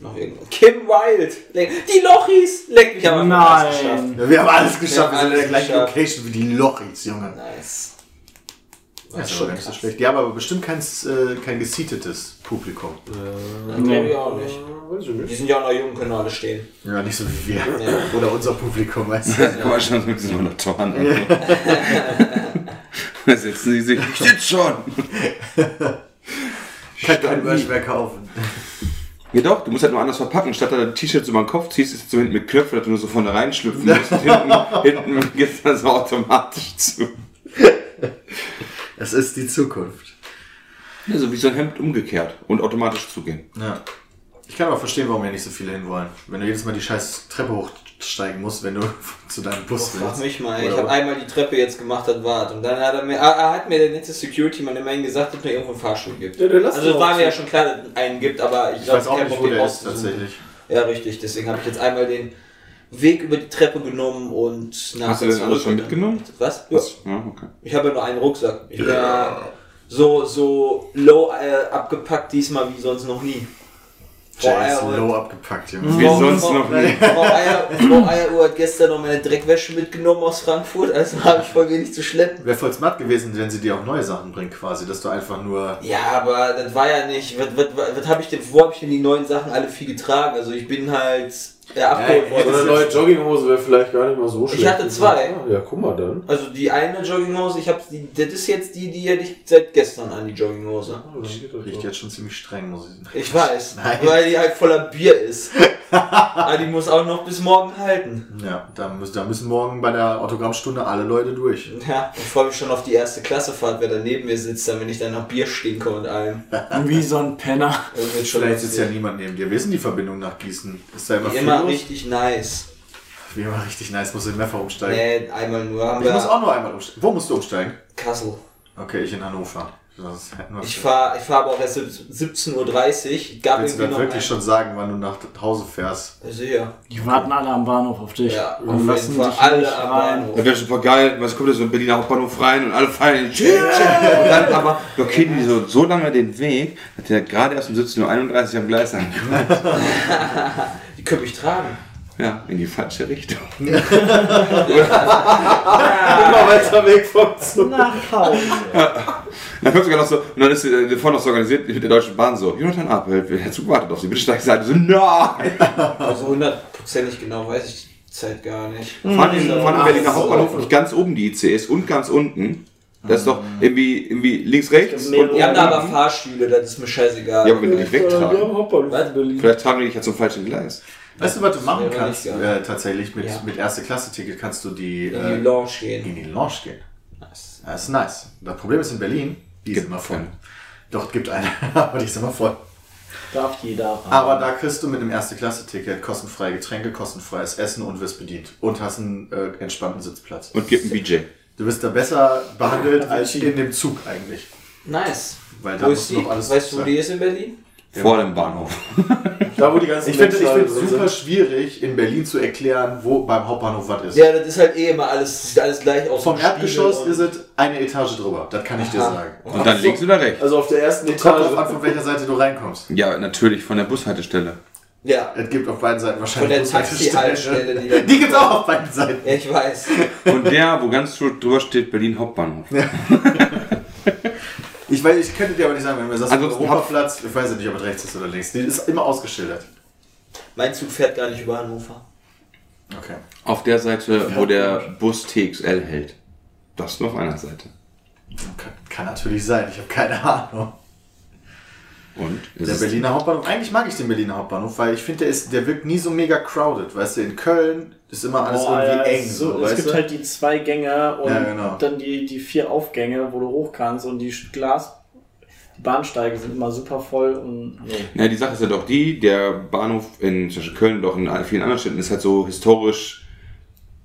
[SPEAKER 6] Noch irgendwo. Kim Wild! Leck, die Lochis! Leck mich aber fast geschafft.
[SPEAKER 7] Nein.
[SPEAKER 5] Ja, wir haben alles geschafft.
[SPEAKER 6] Wir
[SPEAKER 5] Wir sind
[SPEAKER 6] haben
[SPEAKER 5] in der
[SPEAKER 6] alles
[SPEAKER 5] gleichen
[SPEAKER 6] geschafft.
[SPEAKER 5] Location wie die Lochis, Junge.
[SPEAKER 6] Nice.
[SPEAKER 5] Das ist schon nicht
[SPEAKER 6] schon
[SPEAKER 5] so
[SPEAKER 6] Also, krass.
[SPEAKER 5] schlecht. Die haben aber bestimmt kein, äh, kein gesietetes Publikum.
[SPEAKER 6] Das glaub ich auch nicht.
[SPEAKER 9] Weiß ich
[SPEAKER 6] Die
[SPEAKER 9] nicht.
[SPEAKER 6] sind ja auch noch jung, können alle stehen.
[SPEAKER 5] Ja, nicht so wie wir.
[SPEAKER 6] Ja.
[SPEAKER 5] Oder unser Publikum, weißt du.
[SPEAKER 8] Guck mal schon mit diesen Monatoren an. Da setzen die sich. Ich sitz schon!
[SPEAKER 5] Kann kein Merch mehr kaufen.
[SPEAKER 8] Ja doch, du musst halt nur anders verpacken. Statt dass du T-Shirts über den Kopf ziehst, ist es so hinten mit Knöpfen, dass du nur so vorne reinschlüpfen musst. Und hinten, hinten geht's dann so automatisch zu.
[SPEAKER 5] Es ist die Zukunft.
[SPEAKER 8] Ja, so wie so ein Hemd umgekehrt und automatisch zugehen.
[SPEAKER 5] Ja. Ich kann aber verstehen, warum hier nicht so viele hinwollen. Wenn du jedes Mal die scheiß Treppe hochsteigen musst, wenn du zu deinem Bus
[SPEAKER 6] Frag
[SPEAKER 5] willst.
[SPEAKER 6] mich mal,
[SPEAKER 5] Oder
[SPEAKER 6] ich habe
[SPEAKER 5] was?
[SPEAKER 6] einmal die Treppe jetzt gemacht, das war's. Und dann hat er mir, ah, ah, hat mir der nette Security-Mann immerhin gesagt, dass mir irgendwo einen Fahrstuhl gibt.
[SPEAKER 9] Ja, dann lass
[SPEAKER 6] also
[SPEAKER 9] doch.
[SPEAKER 6] war mir ja schon klar, dass es einen gibt, aber ich,
[SPEAKER 5] Ich
[SPEAKER 6] glaub,
[SPEAKER 5] weiß auch
[SPEAKER 6] kein
[SPEAKER 5] nicht, wo
[SPEAKER 6] Problem,
[SPEAKER 5] der ist,
[SPEAKER 6] rauszusuchen.
[SPEAKER 5] tatsächlich.
[SPEAKER 6] Ja, richtig. Deswegen habe ich jetzt einmal den Weg über die Treppe genommen und nach
[SPEAKER 8] Hast du denn alles schon
[SPEAKER 6] zurück.
[SPEAKER 8] mitgenommen?
[SPEAKER 6] Was? Ja.
[SPEAKER 8] Was? Ja, okay.
[SPEAKER 6] Ich habe ja nur einen Rucksack. Ich bin ja so, so low äh, abgepackt diesmal wie sonst noch nie. Frau
[SPEAKER 5] Jay ist
[SPEAKER 6] Eieruhr
[SPEAKER 5] low abgepackt, Junge.
[SPEAKER 8] Wie sonst noch nie.
[SPEAKER 6] Frau Eier- Frau Eieruhr hat gestern noch meine Dreckwäsche mitgenommen aus Frankfurt, also habe ich voll wenig zu schleppen.
[SPEAKER 5] Wäre voll smart gewesen, wenn sie dir auch neue Sachen bringt, quasi, dass du einfach nur.
[SPEAKER 6] Ja, aber das war ja nicht. Was, was, was, was hab ich denn, wo habe ich denn die neuen Sachen alle viel getragen? Also ich bin halt äh, abgeholt
[SPEAKER 5] Ja,
[SPEAKER 6] worden.
[SPEAKER 9] Oder eine neue Jogginghose wäre vielleicht gar nicht mal so schlecht.
[SPEAKER 6] hatte zwei.
[SPEAKER 9] Ah, Ja, guck mal dann.
[SPEAKER 6] Also die eine Jogginghose, ich habe die, das ist jetzt die, die hätte ich seit gestern an die Jogginghose.
[SPEAKER 9] Ah, dann geht das
[SPEAKER 5] Riecht
[SPEAKER 9] doch.
[SPEAKER 5] jetzt schon ziemlich streng, muss ich sagen.
[SPEAKER 6] Ich weiß,
[SPEAKER 5] Nein.
[SPEAKER 6] weil die halt voller Bier ist. Aber die muss auch noch bis morgen halten.
[SPEAKER 5] Ja, da müssen, da müssen morgen bei der Autogrammstunde alle Leute durch.
[SPEAKER 6] Ja, ich freue mich schon auf die erste Klassefahrt, wer da neben mir sitzt, dann wenn ich dann nach Bier stinke und allem.
[SPEAKER 7] Wie so ein Penner.
[SPEAKER 6] Das wird schon
[SPEAKER 5] Vielleicht sitzt ja
[SPEAKER 6] lustig.
[SPEAKER 5] niemand neben dir. Wir sind die Verbindung nach Gießen. Ist da immer, viel
[SPEAKER 6] immer
[SPEAKER 5] los?
[SPEAKER 6] richtig nice.
[SPEAKER 5] Wie immer richtig nice. Muss in Meffer umsteigen.
[SPEAKER 6] Nee, einmal nur haben
[SPEAKER 5] Ich muss
[SPEAKER 6] wir
[SPEAKER 5] auch nur einmal umsteigen. Wo musst du umsteigen?
[SPEAKER 6] Kassel.
[SPEAKER 5] Okay, ich in Hannover. Das hätten wir-
[SPEAKER 6] Ich fahre ich fahr aber auch erst 17.30 Uhr. Gab
[SPEAKER 5] Willst du
[SPEAKER 6] irgendwie
[SPEAKER 5] dann
[SPEAKER 6] noch
[SPEAKER 5] wirklich
[SPEAKER 6] einen-
[SPEAKER 5] schon sagen, wann du nach Hause fährst?
[SPEAKER 6] Sicher.
[SPEAKER 7] Die warten alle am Bahnhof auf dich.
[SPEAKER 6] Ja,
[SPEAKER 7] und
[SPEAKER 6] auf jeden
[SPEAKER 7] lassen
[SPEAKER 6] Fall
[SPEAKER 7] dich
[SPEAKER 6] alle
[SPEAKER 7] nicht
[SPEAKER 6] am
[SPEAKER 7] rein.
[SPEAKER 8] Das
[SPEAKER 6] Bahnhof.
[SPEAKER 8] wäre super geil, was kommt da so in Berliner Hauptbahnhof rein und alle feiern den Schild. Und dann aber blockieren die so, so lange den Weg, dass der gerade erst um 17.31 Uhr am Gleis ankommt.
[SPEAKER 6] Die können mich tragen.
[SPEAKER 8] Ja, in die falsche Richtung.
[SPEAKER 9] Immer weiter weg vom Zug.
[SPEAKER 7] Nach Hause.
[SPEAKER 8] Dann kommt sogar noch so, und dann ist äh, vorne noch so organisiert mit der Deutschen Bahn so, Jonathan Apelt, der Zug wartet auf Sie, bitte steigen Sie ein. So, nein!
[SPEAKER 6] Also hundertprozentig genau weiß ich die Zeit gar nicht.
[SPEAKER 7] Hm.
[SPEAKER 8] Fahren die, fahren
[SPEAKER 7] Ah.
[SPEAKER 8] in Berliner Hauptbahnhof nicht ganz oben die ICEs und ganz unten. Das ist doch irgendwie, irgendwie links, rechts.
[SPEAKER 7] mehrere.
[SPEAKER 8] Und
[SPEAKER 6] Die haben da aber
[SPEAKER 8] unten.
[SPEAKER 6] Fahrstühle, das ist mir scheißegal.
[SPEAKER 8] Ja, aber
[SPEAKER 5] genau.
[SPEAKER 8] wenn die dich
[SPEAKER 9] Wir haben
[SPEAKER 8] wegtragen.
[SPEAKER 9] Hauptbahnhof
[SPEAKER 6] Was?
[SPEAKER 9] in Berlin.
[SPEAKER 8] Vielleicht tragen die dich ja zum falschen Gleis.
[SPEAKER 5] Weißt du, was du machen
[SPEAKER 6] wäre
[SPEAKER 5] kannst?
[SPEAKER 6] nicht geil.
[SPEAKER 5] Äh, tatsächlich mit,
[SPEAKER 6] Ja.
[SPEAKER 5] mit Erste-Klasse-Ticket kannst du die,
[SPEAKER 6] in die
[SPEAKER 5] äh,
[SPEAKER 6] Lounge gehen.
[SPEAKER 5] in die Lounge gehen. Nice. Das ist nice. Das Problem ist in Berlin, die ist
[SPEAKER 8] Gibt
[SPEAKER 5] immer voll.
[SPEAKER 8] keine.
[SPEAKER 5] Doch, gibt eine, aber die ist immer voll.
[SPEAKER 7] Darf jeder.
[SPEAKER 5] Aber da kriegst du mit einem Erste-Klasse-Ticket kostenfreie Getränke, kostenfreies Essen und wirst bedient. Und hast einen äh, entspannten Sitzplatz.
[SPEAKER 8] Und gibt ein BJ.
[SPEAKER 5] Du wirst da besser behandelt als in dem Zug eigentlich.
[SPEAKER 6] Nice.
[SPEAKER 5] Weil da
[SPEAKER 6] Wo
[SPEAKER 5] muss
[SPEAKER 6] ist die?
[SPEAKER 5] noch alles
[SPEAKER 6] Weißt du, wo
[SPEAKER 5] sein.
[SPEAKER 6] die ist in Berlin?
[SPEAKER 8] Vor dem Bahnhof.
[SPEAKER 9] Da, wo die
[SPEAKER 6] Also
[SPEAKER 9] ganzen
[SPEAKER 5] Ich finde es
[SPEAKER 9] Menschen alle
[SPEAKER 5] super schwierig, in Berlin zu erklären, wo beim Hauptbahnhof was ist.
[SPEAKER 6] Ja, das ist halt eh immer alles, sieht alles gleich aus.
[SPEAKER 5] Vom
[SPEAKER 6] Spiegel
[SPEAKER 5] Erdgeschoss
[SPEAKER 6] und-
[SPEAKER 5] ist es eine Etage drüber. Das kann ich dir sagen.
[SPEAKER 8] Und dann links oder rechts?
[SPEAKER 9] Also auf der ersten
[SPEAKER 5] Kommt drauf an,
[SPEAKER 9] Etage.
[SPEAKER 5] von welcher Seite du reinkommst.
[SPEAKER 8] Ja, natürlich von der Bushaltestelle.
[SPEAKER 6] Ja.
[SPEAKER 5] Es gibt auf beiden Seiten
[SPEAKER 6] Von der
[SPEAKER 5] wahrscheinlich
[SPEAKER 6] Taxi-Haltestelle, die da-
[SPEAKER 5] Die gibt es auch auf beiden Seiten.
[SPEAKER 6] Ja, ich weiß.
[SPEAKER 8] Und der, wo ganz drüber steht, Berlin Hauptbahnhof.
[SPEAKER 5] Ich weiß, ich könnte dir aber nicht sagen, wenn du mir sagst,
[SPEAKER 8] Ansonsten
[SPEAKER 5] Europaplatz, Also, ich weiß ja nicht, ob es rechts ist oder links. Die ist immer ausgeschildert.
[SPEAKER 6] Mein Zug fährt gar nicht über Hannover.
[SPEAKER 5] Okay.
[SPEAKER 8] Auf der Seite, wo der Bus TXL hält. Das nur auf einer Seite.
[SPEAKER 5] Kann, kann natürlich sein, ich habe keine Ahnung.
[SPEAKER 8] Und? Ist
[SPEAKER 5] Der
[SPEAKER 8] es-
[SPEAKER 5] Berliner Hauptbahnhof, eigentlich mag ich den Berliner Hauptbahnhof, weil ich finde, der, ist- der wirkt nie so mega crowded. Weißt du, in Köln ist immer alles
[SPEAKER 7] Boah,
[SPEAKER 5] irgendwie
[SPEAKER 7] Alter,
[SPEAKER 5] eng.
[SPEAKER 7] es-
[SPEAKER 5] So,
[SPEAKER 7] es
[SPEAKER 5] weißt
[SPEAKER 7] gibt
[SPEAKER 5] du?
[SPEAKER 7] halt die zwei Gänge und
[SPEAKER 5] Ja, genau.
[SPEAKER 7] dann die, die vier Aufgänge, wo du hoch kannst und die Glas. Die Bahnsteige sind immer super voll und. Nee.
[SPEAKER 8] Na, die Sache ist ja doch die, der Bahnhof in zum Beispiel Köln, doch in vielen anderen Städten, ist halt so historisch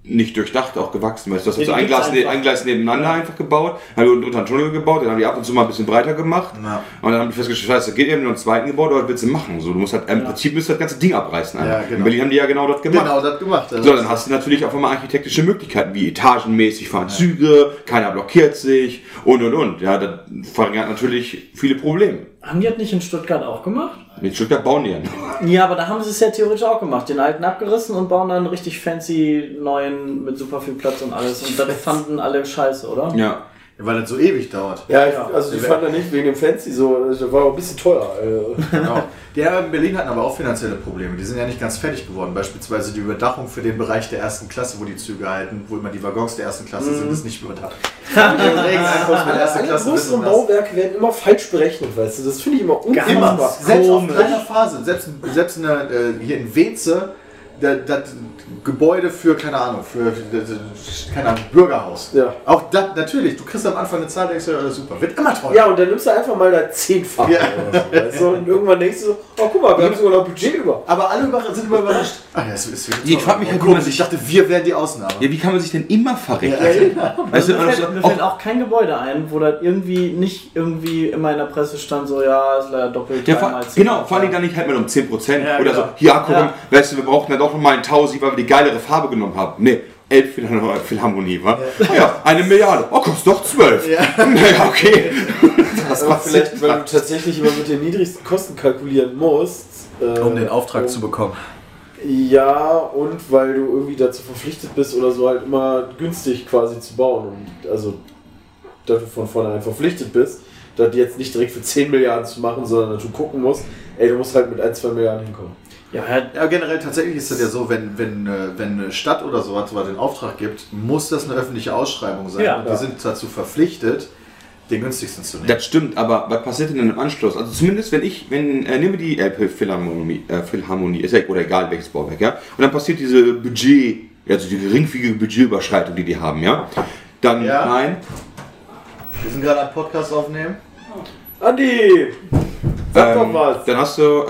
[SPEAKER 8] nicht durchdacht auch gewachsen. Weißt du, das hast
[SPEAKER 7] Ja,
[SPEAKER 8] so
[SPEAKER 7] die
[SPEAKER 8] ein
[SPEAKER 7] gibt's
[SPEAKER 8] Glas, ne-
[SPEAKER 7] einfach.
[SPEAKER 8] ein Gleis nebeneinander einfach gebaut, haben die unten unter einen Tunnel gebaut, dann haben die ab und zu mal ein bisschen breiter gemacht.
[SPEAKER 5] Ja.
[SPEAKER 8] Und dann haben die festgestellt, scheiße, geht eben nur einen zweiten gebaut, aber was willst du machen? So, du musst halt, im Prinzip müsst du das ganze Ding abreißen. Alter.
[SPEAKER 5] Ja, genau.
[SPEAKER 8] In Berlin haben die ja genau das gemacht.
[SPEAKER 5] Genau, das gemacht. Also
[SPEAKER 8] So, dann hast du natürlich auf einmal architektische Möglichkeiten, wie etagenmäßig fahren Züge, keiner blockiert sich und und und. Ja, das verringert natürlich viele Probleme.
[SPEAKER 7] Haben die das nicht in Stuttgart auch gemacht?
[SPEAKER 8] Mit Stuttgart bauen die ja noch.
[SPEAKER 7] Ja, aber da haben sie es ja theoretisch auch gemacht. Den alten abgerissen und bauen dann richtig fancy neuen mit super viel Platz und alles. Und das fanden alle scheiße, oder?
[SPEAKER 8] Ja.
[SPEAKER 5] Weil das so ewig dauert.
[SPEAKER 9] Ja, ich, also die fand er nicht wegen dem Fancy so. Das war auch ein bisschen teuer. also. Alter.
[SPEAKER 5] Genau. Der in Berlin hatten aber auch finanzielle Probleme. Die sind ja nicht ganz fertig geworden. Beispielsweise die Überdachung für den Bereich der ersten Klasse, wo die Züge halten, wo immer die Waggons der ersten Klasse
[SPEAKER 7] Mhm.
[SPEAKER 5] sind, ist nicht überdacht.
[SPEAKER 9] Alle größeren Bauwerke werden immer falsch berechnet, weißt du. Das finde ich immer
[SPEAKER 5] Immer.
[SPEAKER 9] unfassbar.
[SPEAKER 5] Selbst auf
[SPEAKER 7] Komisch.
[SPEAKER 5] kleiner Phase. Selbst, selbst in der, äh, hier in Weze, da- das Gebäude für, keine Ahnung, für, das- keine Ahnung, Bürgerhaus.
[SPEAKER 9] Ja.
[SPEAKER 5] Auch das, natürlich. Du kriegst am Anfang eine Zahl, denkst du, ja, super. Wird immer teurer.
[SPEAKER 9] Ja, und dann nimmst du einfach mal da zehnfach.
[SPEAKER 5] Ja.
[SPEAKER 9] Weißt du? Und irgendwann denkst du so, oh guck mal, wir haben sogar noch Budget über.
[SPEAKER 5] Aber alle über- sind immer überrascht. Ah, ja, es, es wird
[SPEAKER 8] Ich frag mich halt, wie man
[SPEAKER 5] komisch.
[SPEAKER 8] sich-
[SPEAKER 5] Ich dachte, wir wären die Ausnahme.
[SPEAKER 8] Ja, wie kann man sich denn immer verrechnen? Weißt du,
[SPEAKER 7] mir
[SPEAKER 8] also,
[SPEAKER 7] fällt, mir fällt
[SPEAKER 8] auch,
[SPEAKER 7] auch kein Gebäude ein, wo das irgendwie nicht irgendwie immer in der Presse stand, so ja, ist leider doppelt.
[SPEAKER 8] ja,
[SPEAKER 7] dreimal
[SPEAKER 8] vor,
[SPEAKER 7] zehn.
[SPEAKER 8] genau, vor allem dann nicht halt mal um 10%
[SPEAKER 7] Ja,
[SPEAKER 8] oder
[SPEAKER 7] genau.
[SPEAKER 8] so. Hier, guck mal,
[SPEAKER 7] Ja.
[SPEAKER 8] weißt du, wir brauchten dann doch nochmal einen Tausi, weil wir die geilere Farbe genommen haben. Nee, Elbphilharmonie, wa? Ja. ja, eine Milliarde. Oh, kostet doch 12. Ja, naja, okay. Das
[SPEAKER 9] Aber
[SPEAKER 8] macht
[SPEAKER 9] vielleicht,
[SPEAKER 8] vielleicht
[SPEAKER 9] weil du tatsächlich immer mit den niedrigsten Kosten kalkulieren musst. äh, um-
[SPEAKER 5] bekommen.
[SPEAKER 9] Ja, und weil du irgendwie dazu verpflichtet bist oder so halt immer günstig quasi zu bauen. Und also, dass du von vornherein verpflichtet bist, das jetzt nicht direkt für 10 Milliarden zu machen, sondern dass du gucken musst, ey, du musst halt mit 1, 2 Milliarden hinkommen.
[SPEAKER 7] Ja, halt,
[SPEAKER 5] Ja, generell tatsächlich ist das ja so, wenn, wenn, äh, wenn eine Stadt oder so was den Auftrag gibt, muss das eine öffentliche Ausschreibung sein.
[SPEAKER 7] Ja.
[SPEAKER 5] und die
[SPEAKER 9] Ja.
[SPEAKER 5] sind dazu verpflichtet, Den günstigsten zu nehmen.
[SPEAKER 8] Das stimmt, aber was passiert denn im Anschluss? Also zumindest wenn ich, wenn, äh, nehmen wir die Apple Philharmonie, äh, Philharmonie ist ja, oder egal welches Bauwerk, ja, und dann passiert diese Budget, also die geringfügige Budgetüberschreitung, die die haben, ja, dann,
[SPEAKER 5] Ja.
[SPEAKER 8] nein,
[SPEAKER 5] Wir sind gerade am Podcast aufnehmen.
[SPEAKER 9] Andi!
[SPEAKER 8] ähm,
[SPEAKER 9] Sag doch was!
[SPEAKER 8] dann hast du, äh,
[SPEAKER 6] Ja, ja.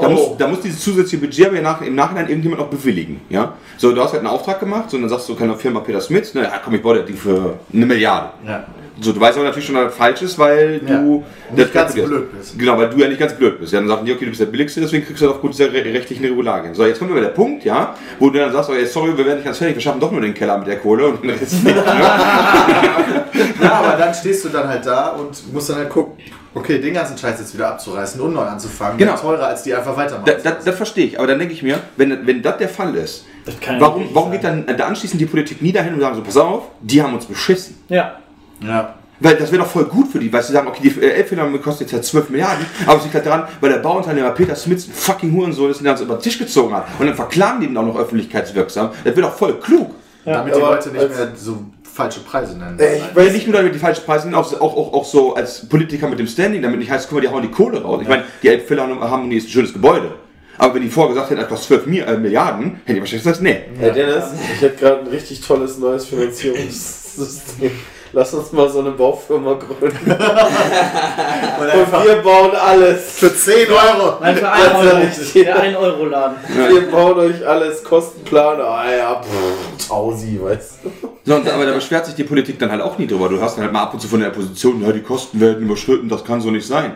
[SPEAKER 8] da,
[SPEAKER 6] Oh.
[SPEAKER 8] muss, da muss dieses zusätzliche Budget aber nach, im Nachhinein irgendjemand auch bewilligen, ja. So, du hast halt einen Auftrag gemacht, so, und dann sagst du, keine Firma Peter Smith, na ja, komm, ich baue das Ding für eine Milliarde.
[SPEAKER 5] Ja.
[SPEAKER 8] So, du weißt aber natürlich schon, dass das falsch ist, weil
[SPEAKER 5] Ja.
[SPEAKER 8] du
[SPEAKER 5] Nicht
[SPEAKER 8] das
[SPEAKER 5] ganz
[SPEAKER 8] kalkulierst.
[SPEAKER 5] blöd bist.
[SPEAKER 8] Genau, weil du ja nicht ganz blöd bist. Ja, dann sagen die, okay, du bist der Billigste, deswegen kriegst du das aufgrund dieser re- rechtlichen Regularien. So, jetzt kommt aber der Punkt, ja, wo du dann sagst, okay, sorry, wir werden nicht ganz fertig, wir schaffen doch nur den Keller mit der Kohle und den Rest nicht. Ne?
[SPEAKER 5] Ja, aber dann stehst du dann halt da und musst dann halt gucken, okay, den ganzen Scheiß jetzt wieder abzureißen und neu anzufangen.
[SPEAKER 8] Genau.
[SPEAKER 5] Teurer, als die einfach
[SPEAKER 8] Da-
[SPEAKER 5] weitermachen.
[SPEAKER 8] da- Das verstehe ich, aber dann denke ich mir, wenn, wenn das der Fall ist,
[SPEAKER 7] Das kann ja
[SPEAKER 8] warum,
[SPEAKER 7] nicht
[SPEAKER 8] warum
[SPEAKER 7] sein.
[SPEAKER 8] geht dann da anschließend die Politik nie dahin und sagen so, pass auf, die haben uns beschissen.
[SPEAKER 7] Ja.
[SPEAKER 5] ja.
[SPEAKER 8] Weil das wäre doch voll gut für die, weil sie sagen, okay, die äh, Elbphilharmonie kostet jetzt halt 12 Milliarden, aber es liegt halt daran, weil der Bauunternehmer Peter Smith ein fucking Hurensohn ist und der uns über den Tisch gezogen hat. Und dann verklagen die ihn auch noch öffentlichkeitswirksam. Das wäre doch voll klug.
[SPEAKER 5] Damit die
[SPEAKER 9] aber
[SPEAKER 5] Leute nicht
[SPEAKER 9] als-
[SPEAKER 5] mehr so falsche Preise nennen.
[SPEAKER 9] Ey,
[SPEAKER 8] Weil nicht nur damit die falschen Preise sind, auch, auch, auch, auch so als Politiker mit dem Standing, damit nicht heißt, guck mal, die hauen die Kohle raus. Ich meine, die Elbphilharmonie ist ein schönes Gebäude. Aber wenn die vorher gesagt hätten, etwas 12 Mi- äh, Milliarden, hätte ich wahrscheinlich gesagt, nee.
[SPEAKER 9] Hey Dennis, ich hätte gerade ein richtig tolles neues Finanzierungssystem. Lass uns mal so eine Baufirma gründen. Und wir bauen alles.
[SPEAKER 5] Für 10 Euro!
[SPEAKER 7] Nein, für
[SPEAKER 9] Das
[SPEAKER 7] 1
[SPEAKER 9] ist
[SPEAKER 7] Euro.
[SPEAKER 9] richtig.
[SPEAKER 7] Der 1 Euro Laden.
[SPEAKER 9] Wir bauen euch alles. Kostenplan. Ah ja, pff, Tausi, weißt du.
[SPEAKER 8] So, und, aber da beschwert sich die Politik dann halt auch nie drüber. Du hörst dann halt mal ab und zu von der Opposition, ja, die Kosten werden überschritten, das kann so nicht sein.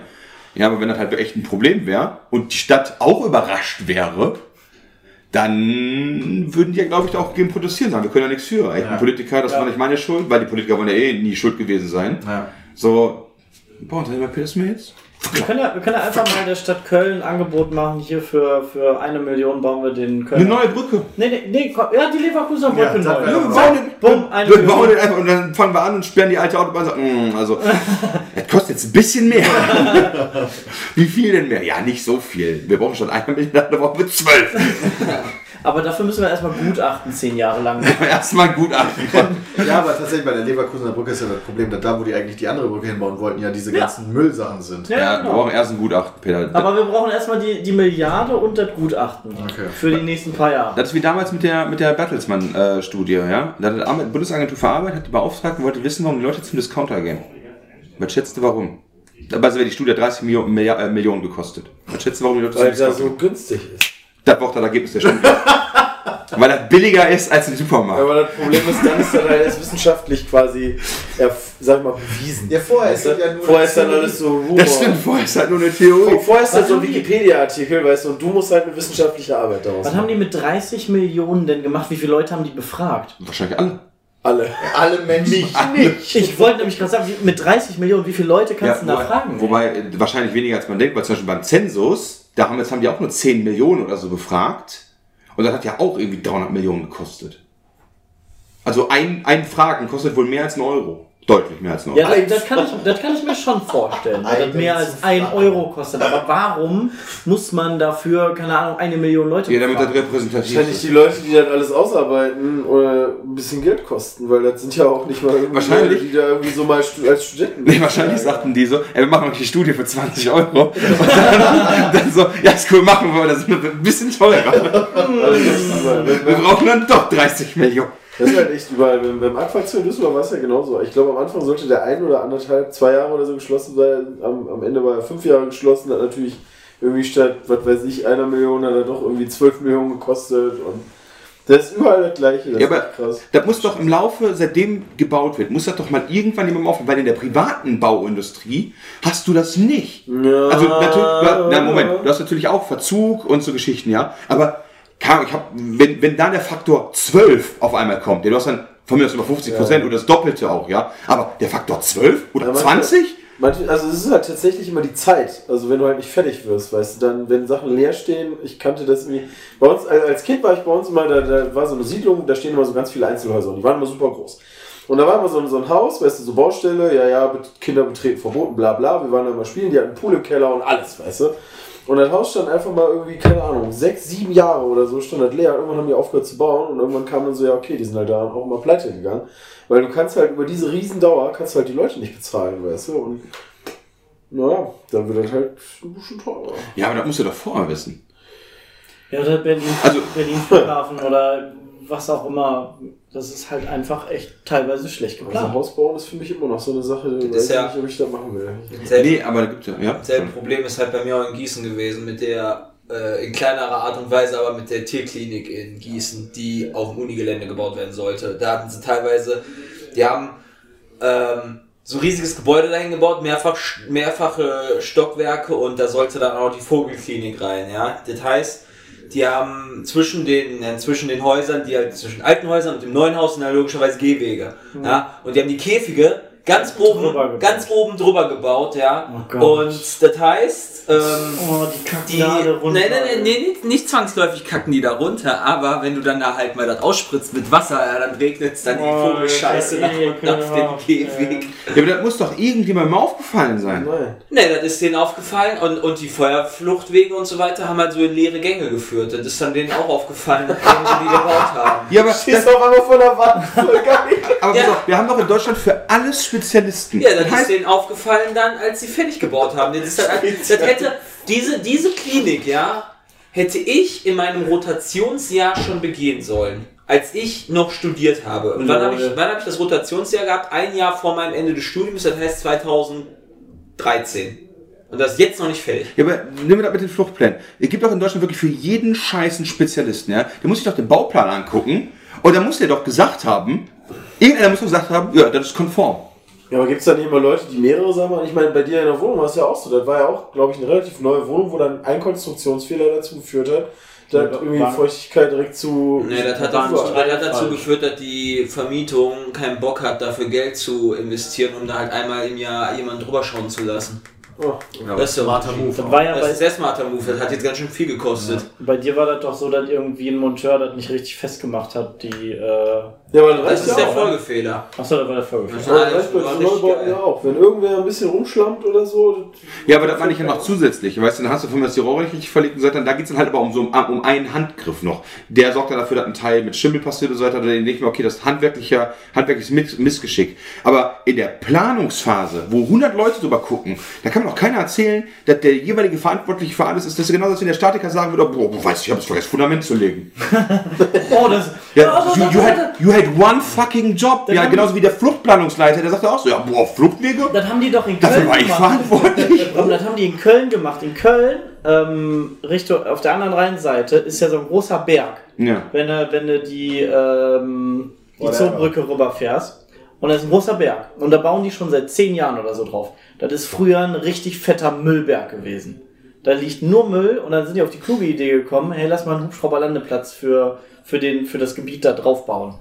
[SPEAKER 8] Ja, aber wenn das halt echt ein Problem wäre und die Stadt auch überrascht wäre, dann würden die ja, glaube ich, auch gegen protestieren sagen, wir können ja nichts für. Ich bin
[SPEAKER 5] Ja.
[SPEAKER 8] Politiker, das war nicht meine Schuld, weil die Politiker wollen ja eh nie schuld gewesen sein.
[SPEAKER 5] Ja.
[SPEAKER 8] So, boah, und dann immer Piss mir jetzt?
[SPEAKER 7] Wir können, ja, wir können ja einfach mal der Stadt Köln ein Angebot machen. Hier für, für eine Million bauen wir den Köln.
[SPEAKER 8] Eine neue Brücke.
[SPEAKER 7] Nee, nee, nee, komm, ja, die Leverkusener Brücke
[SPEAKER 5] sag mir
[SPEAKER 7] neu.
[SPEAKER 8] Wir
[SPEAKER 5] Ja.
[SPEAKER 8] bauen den-
[SPEAKER 7] Bumm, Äh, eine
[SPEAKER 8] wir
[SPEAKER 7] Million.
[SPEAKER 8] bauen den einfach und dann fangen wir an und sperren die alte Autobahn und sagen, "Mm, also, das kostet jetzt ein bisschen mehr. Wie viel denn mehr? Ja, nicht so viel. Wir brauchen schon eine Milliarde, brauchen wir zwölf.
[SPEAKER 7] Aber dafür müssen wir erstmal Gutachten zehn Jahre lang machen.
[SPEAKER 8] Aber Erstmal ein Gutachten.
[SPEAKER 7] genau.
[SPEAKER 5] ja, aber tatsächlich bei der Leverkusener Brücke ist ja das Problem, dass da, wo die eigentlich die andere Brücke hinbauen wollten, ja diese
[SPEAKER 7] Ja.
[SPEAKER 5] ganzen Müllsachen sind.
[SPEAKER 8] Ja, genau. wir brauchen erst ein Gutachten, Peter.
[SPEAKER 7] Aber wir brauchen erstmal die, die Milliarde und das Gutachten
[SPEAKER 5] Okay.
[SPEAKER 7] für die nächsten paar Jahre.
[SPEAKER 8] Das ist wie damals mit der, mit der Bertelsmann-Studie, ja? Da hat die Arbeit- Bundesagentur für Arbeit hat die beauftragt und wollte wissen, warum die Leute zum Discounter gehen. Was schätzt du, warum? Dabei wäre die Studie 30 Millionen, Milliard- äh, Millionen gekostet. Was schätzt du, warum die Leute zum
[SPEAKER 9] Weil
[SPEAKER 8] Discounter
[SPEAKER 9] das so günstig ist.
[SPEAKER 8] Das braucht das Ergebnis der Studie. Weil das billiger ist als im Supermarkt.
[SPEAKER 9] Aber das Problem ist, dann ist das halt erst wissenschaftlich quasi, erf- sag ich mal, bewiesen.
[SPEAKER 5] Ja, vorher ist
[SPEAKER 9] Weißt du?
[SPEAKER 5] das ja nur
[SPEAKER 9] Vorher ist dann
[SPEAKER 5] Theorie.
[SPEAKER 9] alles so Rumor.
[SPEAKER 8] Das stimmt, vorher ist halt nur eine Theorie.
[SPEAKER 9] Vorher ist
[SPEAKER 7] Was
[SPEAKER 9] das so ein
[SPEAKER 7] haben die-
[SPEAKER 9] Wikipedia-Artikel, weißt du, und du musst halt eine wissenschaftliche Arbeit daraus
[SPEAKER 7] Was haben die mit 30 Millionen denn gemacht? Wie viele Leute haben die befragt?
[SPEAKER 8] Wahrscheinlich alle.
[SPEAKER 9] Alle.
[SPEAKER 5] Alle Menschen.
[SPEAKER 7] Ich wollte nämlich gerade sagen, wie- mit 30 Millionen, wie viele Leute kannst du denn da fragen?
[SPEAKER 8] wobei äh, wahrscheinlich weniger als man denkt, weil zum Beispiel beim Zensus, da haben, jetzt haben die auch nur 10 Millionen oder so befragt. Und das hat ja auch irgendwie 300 Millionen gekostet. Also ein, ein Fragen kostet wohl mehr als einen Euro. Deutlich mehr als einen Euro.
[SPEAKER 7] Ja, das, das, kann ich, das kann ich mir schon vorstellen, weil das
[SPEAKER 5] Eigen
[SPEAKER 7] mehr
[SPEAKER 5] zu
[SPEAKER 7] als 1
[SPEAKER 5] fragen.
[SPEAKER 7] Euro kostet. Aber warum muss man dafür, keine Ahnung, eine Million Leute
[SPEAKER 8] Ja, damit das
[SPEAKER 7] befragen?
[SPEAKER 8] repräsentativ
[SPEAKER 9] Wahrscheinlich
[SPEAKER 8] ist.
[SPEAKER 9] die Leute, die dann alles ausarbeiten, oder ein bisschen Geld kosten, weil das sind ja auch nicht mal irgendwie
[SPEAKER 8] Wahrscheinlich.
[SPEAKER 9] Leute, die da irgendwie so mal stu- als Studenten.
[SPEAKER 8] Nee, wahrscheinlich sagten die so, ey, wir machen euch die Studie für 20 Euro. Und dann, dann so, ja, ist cool, machen wir, aber das ist ein bisschen teurer.
[SPEAKER 9] Also, das ist überall.
[SPEAKER 8] Wir
[SPEAKER 9] Wenn- wenn-
[SPEAKER 8] brauchen dann doch 30 Millionen.
[SPEAKER 9] Das ist halt echt überall. Beim, beim Aquazio in Düsseldorf war es ja genauso. Ich glaube, am Anfang sollte der ein oder anderthalb, zwei Jahre oder so geschlossen sein. Am, am Ende war er fünf Jahre geschlossen. Hat natürlich irgendwie statt, was weiß ich, einer Million hat er doch irgendwie zwölf Millionen gekostet. Und das ist überall das Gleiche. Das
[SPEAKER 8] Ja,
[SPEAKER 9] ist
[SPEAKER 8] aber
[SPEAKER 9] echt krass.
[SPEAKER 8] das muss doch im Laufe, seitdem gebaut wird, muss das doch mal irgendwann jemandem aufhören, weil in der privaten Bauindustrie hast du das nicht.
[SPEAKER 9] Ja.
[SPEAKER 8] Also natürlich, na, Moment, du hast natürlich auch Verzug und so Geschichten, ja, aber keine Ahnung, ich hab, wenn, wenn da der Faktor 12 auf einmal kommt, ja, du hast dann von mir aus über 50 Prozent oder das Doppelte auch, ja, aber der Faktor 12 oder
[SPEAKER 9] Ja, manche-
[SPEAKER 8] 20?
[SPEAKER 9] Manche, also es ist halt tatsächlich immer die Zeit. Also wenn du halt nicht fertig wirst, weißt du, dann, wenn Sachen leer stehen, ich kannte das irgendwie. Bei uns, als als Kind war ich bei uns immer, da, da war so eine Siedlung, da stehen immer so ganz viele Einzelhäuser und die waren immer super groß. Und da war immer so ein, so ein Haus, weißt du, so Baustelle, ja, ja, bet- Kinder betreten verboten, bla bla. Wir waren da immer spielen, die hatten einen Pool im Keller und alles, weißt du. Und das Haus stand einfach mal irgendwie, keine Ahnung, sechs, sieben Jahre oder so stand das leer. Irgendwann haben die aufgehört zu bauen und irgendwann kam dann so, ja, okay, die sind halt da auch mal pleite gegangen. Weil du kannst halt über diese Riesendauer, kannst du halt die Leute nicht bezahlen, weißt du? Und naja, dann wird das halt ein bisschen teurer.
[SPEAKER 8] Ja, aber das musst du doch vorher wissen.
[SPEAKER 7] Ja, oder Berlin,
[SPEAKER 8] Also-
[SPEAKER 7] Berlin Flughafen oder was auch immer. Das ist halt einfach echt teilweise schlecht
[SPEAKER 9] Also
[SPEAKER 7] geplant.
[SPEAKER 9] Haus bauen ist für mich immer noch so eine Sache, da
[SPEAKER 6] ist
[SPEAKER 9] weiß ich
[SPEAKER 6] ja-
[SPEAKER 9] nicht, ob ich das machen will.
[SPEAKER 6] Selbe,
[SPEAKER 8] Nee, aber da gibt's ja. ja.
[SPEAKER 6] selbe Problem ist halt bei mir auch in Gießen gewesen, mit der, äh, in kleinerer Art und Weise, aber mit der Tierklinik in Gießen, die auf dem Unigelände gebaut werden sollte. Da hatten sie teilweise, die haben ähm, so ein riesiges Gebäude dahin gebaut, mehrfach, mehrfache Stockwerke und da sollte dann auch die Vogelklinik rein, ja. Das heißt, die haben zwischen den, äh, zwischen den Häusern, die halt zwischen alten Häusern und dem neuen Haus sind ja logischerweise Gehwege. Ja? Und die haben die Käfige ganz
[SPEAKER 7] Mhm. Drüber
[SPEAKER 6] oben,
[SPEAKER 7] gebaut.
[SPEAKER 6] ganz oben drüber gebaut, ja.
[SPEAKER 7] Oh Gott.
[SPEAKER 6] und das heißt, ähm,
[SPEAKER 7] Oh, die Kacke
[SPEAKER 6] die, nein, nein, nein, nee, nicht, nicht zwangsläufig kacken die da runter, aber wenn du dann da halt mal das ausspritzt mit Wasser, ja, dann regnet es dann die
[SPEAKER 7] Oh,
[SPEAKER 6] Vogelscheiße nach unten auf den
[SPEAKER 7] ekelhaft,
[SPEAKER 6] Gehweg.
[SPEAKER 8] Ja, aber das muss doch irgendjemandem mal aufgefallen sein.
[SPEAKER 9] Nein.
[SPEAKER 6] Ne, das ist denen aufgefallen und, und die Feuerfluchtwege und so weiter haben halt so in leere Gänge geführt. Das ist dann denen auch aufgefallen, nachdem sie die gebaut haben.
[SPEAKER 8] Ja, aber,
[SPEAKER 9] Schießt
[SPEAKER 8] das,
[SPEAKER 9] auf einmal von der Wand, voll geil.
[SPEAKER 8] aber
[SPEAKER 6] Ja.
[SPEAKER 8] pass auf, wir haben doch in Deutschland für alles Spezialisten.
[SPEAKER 6] Ja, das ist
[SPEAKER 8] heißt,
[SPEAKER 6] denen aufgefallen dann, als sie fertig gebaut haben. Das, ist dann, das hätte, diese, diese Klinik, ja, hätte ich in meinem Rotationsjahr schon begehen sollen. Als ich noch studiert habe. Und wann habe ich,
[SPEAKER 7] Jawohl.
[SPEAKER 6] wann habe ich das Rotationsjahr gehabt? Ein Jahr vor meinem Ende des Studiums, das heißt 2013. Und das ist jetzt noch nicht fertig.
[SPEAKER 8] ja, aber nehmen wir das mit den Fluchtplänen. Es gibt doch in Deutschland wirklich für jeden Scheiß einen Spezialisten, ja? Der muss sich doch den Bauplan angucken und dann muss der doch gesagt haben, irgendeiner muss doch gesagt haben, ja, das ist konform.
[SPEAKER 9] Ja, aber gibt es da nicht immer Leute, die mehrere Sachen machen? Ich meine, bei dir in der Wohnung war es ja auch so. Das war ja auch, glaube ich, eine relativ neue Wohnung, wo dann ein Konstruktionsfehler dazu geführt hat, dass
[SPEAKER 7] Ja,
[SPEAKER 9] irgendwie
[SPEAKER 7] war-
[SPEAKER 9] Feuchtigkeit direkt zu.
[SPEAKER 6] Nee, das hat,
[SPEAKER 9] dazu.
[SPEAKER 6] dazu, das hat dazu geführt, dass die Vermietung keinen Bock hat, dafür Geld zu investieren, um da halt einmal im Jahr jemanden drüber schauen zu lassen.
[SPEAKER 9] Oh.
[SPEAKER 6] Das ist ja
[SPEAKER 3] Smarter Move.
[SPEAKER 7] Das war ja
[SPEAKER 6] Das
[SPEAKER 7] bei,
[SPEAKER 6] ist der smarter Move, das hat jetzt ganz schön viel gekostet.
[SPEAKER 7] bei dir war das doch so, dass irgendwie ein Monteur das nicht richtig festgemacht hat, die äh,
[SPEAKER 9] Ja, aber das
[SPEAKER 6] Das
[SPEAKER 9] reicht
[SPEAKER 6] ist
[SPEAKER 9] ja
[SPEAKER 6] der
[SPEAKER 9] auch. ne?
[SPEAKER 6] Folgefehler.
[SPEAKER 7] Achso, da war der Folge.
[SPEAKER 6] Das
[SPEAKER 9] Aber
[SPEAKER 6] war
[SPEAKER 9] das reicht bei
[SPEAKER 6] richtig
[SPEAKER 9] den Neubauten
[SPEAKER 6] geil.
[SPEAKER 9] ja auch. Wenn irgendwer ein bisschen rumschlammt oder so.
[SPEAKER 8] Ja, aber das meine ich ja noch zusätzlich. Weißt du, dann hast du von mir das die Rohre richtig verlegt und so weiter. Da geht's dann halt aber um so um einen Handgriff noch. Der sorgt dann dafür, dass ein Teil mit Schimmel passiert und so weiter. Da denke ich mir, okay, das ist handwerklicher, handwerkliches Miss- Missgeschick. Aber in der Planungsphase, wo 100 Leute drüber gucken, da kann mir doch keiner erzählen, dass der jeweilige Verantwortliche für alles ist. Das ist genauso, als wenn der Statiker sagen würde, boah, du weißt, ich habe es vergessen, Fundament zu legen.
[SPEAKER 7] Oh, das.
[SPEAKER 8] Ja,
[SPEAKER 7] oh,
[SPEAKER 8] you, you, had, you had one fucking job. Ja,
[SPEAKER 7] haben-
[SPEAKER 8] genauso wie der Fluchtplanungsleiter, der sagt auch so, ja, boah, Fluchtwege?
[SPEAKER 7] Das haben die doch in Köln
[SPEAKER 8] Dafür war ich
[SPEAKER 7] gemacht.
[SPEAKER 8] verantwortlich.
[SPEAKER 7] Aber das haben die in Köln gemacht. In Köln, ähm, Richtung, auf der anderen Rheinseite, ist ja so ein großer Berg.
[SPEAKER 8] Ja.
[SPEAKER 7] Wenn du, wenn du die, ähm, die Zoobrücke rüberfährst. Und da ist ein großer Berg. Und da bauen die schon seit zehn Jahren oder so drauf. Das ist früher ein richtig fetter Müllberg gewesen. Da liegt nur Müll und dann sind die auf die kluge Idee gekommen, hey, lass mal einen Hubschrauberlandeplatz für, für, den, für das Gebiet da drauf bauen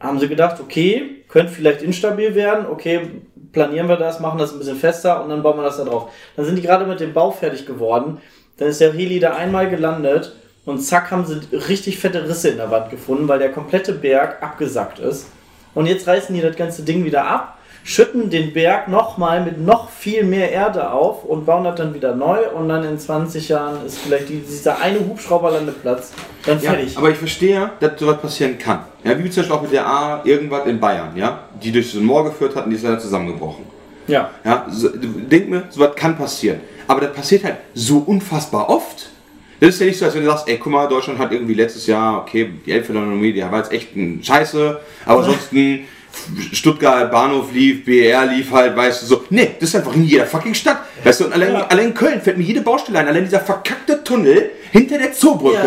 [SPEAKER 7] haben sie gedacht, okay, könnte vielleicht instabil werden, okay, planieren wir das, machen das ein bisschen fester und dann bauen wir das da drauf. Dann sind die gerade mit dem Bau fertig geworden, dann ist der Heli da einmal gelandet und zack haben sie richtig fette Risse in der Wand gefunden, weil der komplette Berg abgesackt ist. Und jetzt reißen die das ganze Ding wieder ab, schütten den Berg nochmal mit noch viel mehr Erde auf und bauen das dann wieder neu und dann in 20 Jahren ist vielleicht die- dieser eine Hubschrauberlandeplatz dann
[SPEAKER 8] Ja,
[SPEAKER 7] fertig.
[SPEAKER 8] aber ich verstehe, ja, dass sowas passieren kann. Ja, wie zum Beispiel auch mit der A irgendwas in Bayern, ja, die durch den Moor geführt hat und die ist leider zusammengebrochen.
[SPEAKER 7] ja.
[SPEAKER 8] Ja, so, denk mir, sowas kann passieren. Aber das passiert halt so unfassbar oft. Das ist ja nicht so, als wenn du sagst, ey, guck mal, Deutschland hat irgendwie letztes Jahr, okay, die Elbphilharmonie, die war jetzt echt ein Scheiße, aber ansonsten Stuttgart, Bahnhof lief, BR lief halt, weißt du, so. Nee, das ist einfach in jeder fucking Stadt. Weißt du, und allein, allein in Köln fällt mir jede Baustelle ein, allein dieser verkackte Tunnel hinter der Zoobrücke,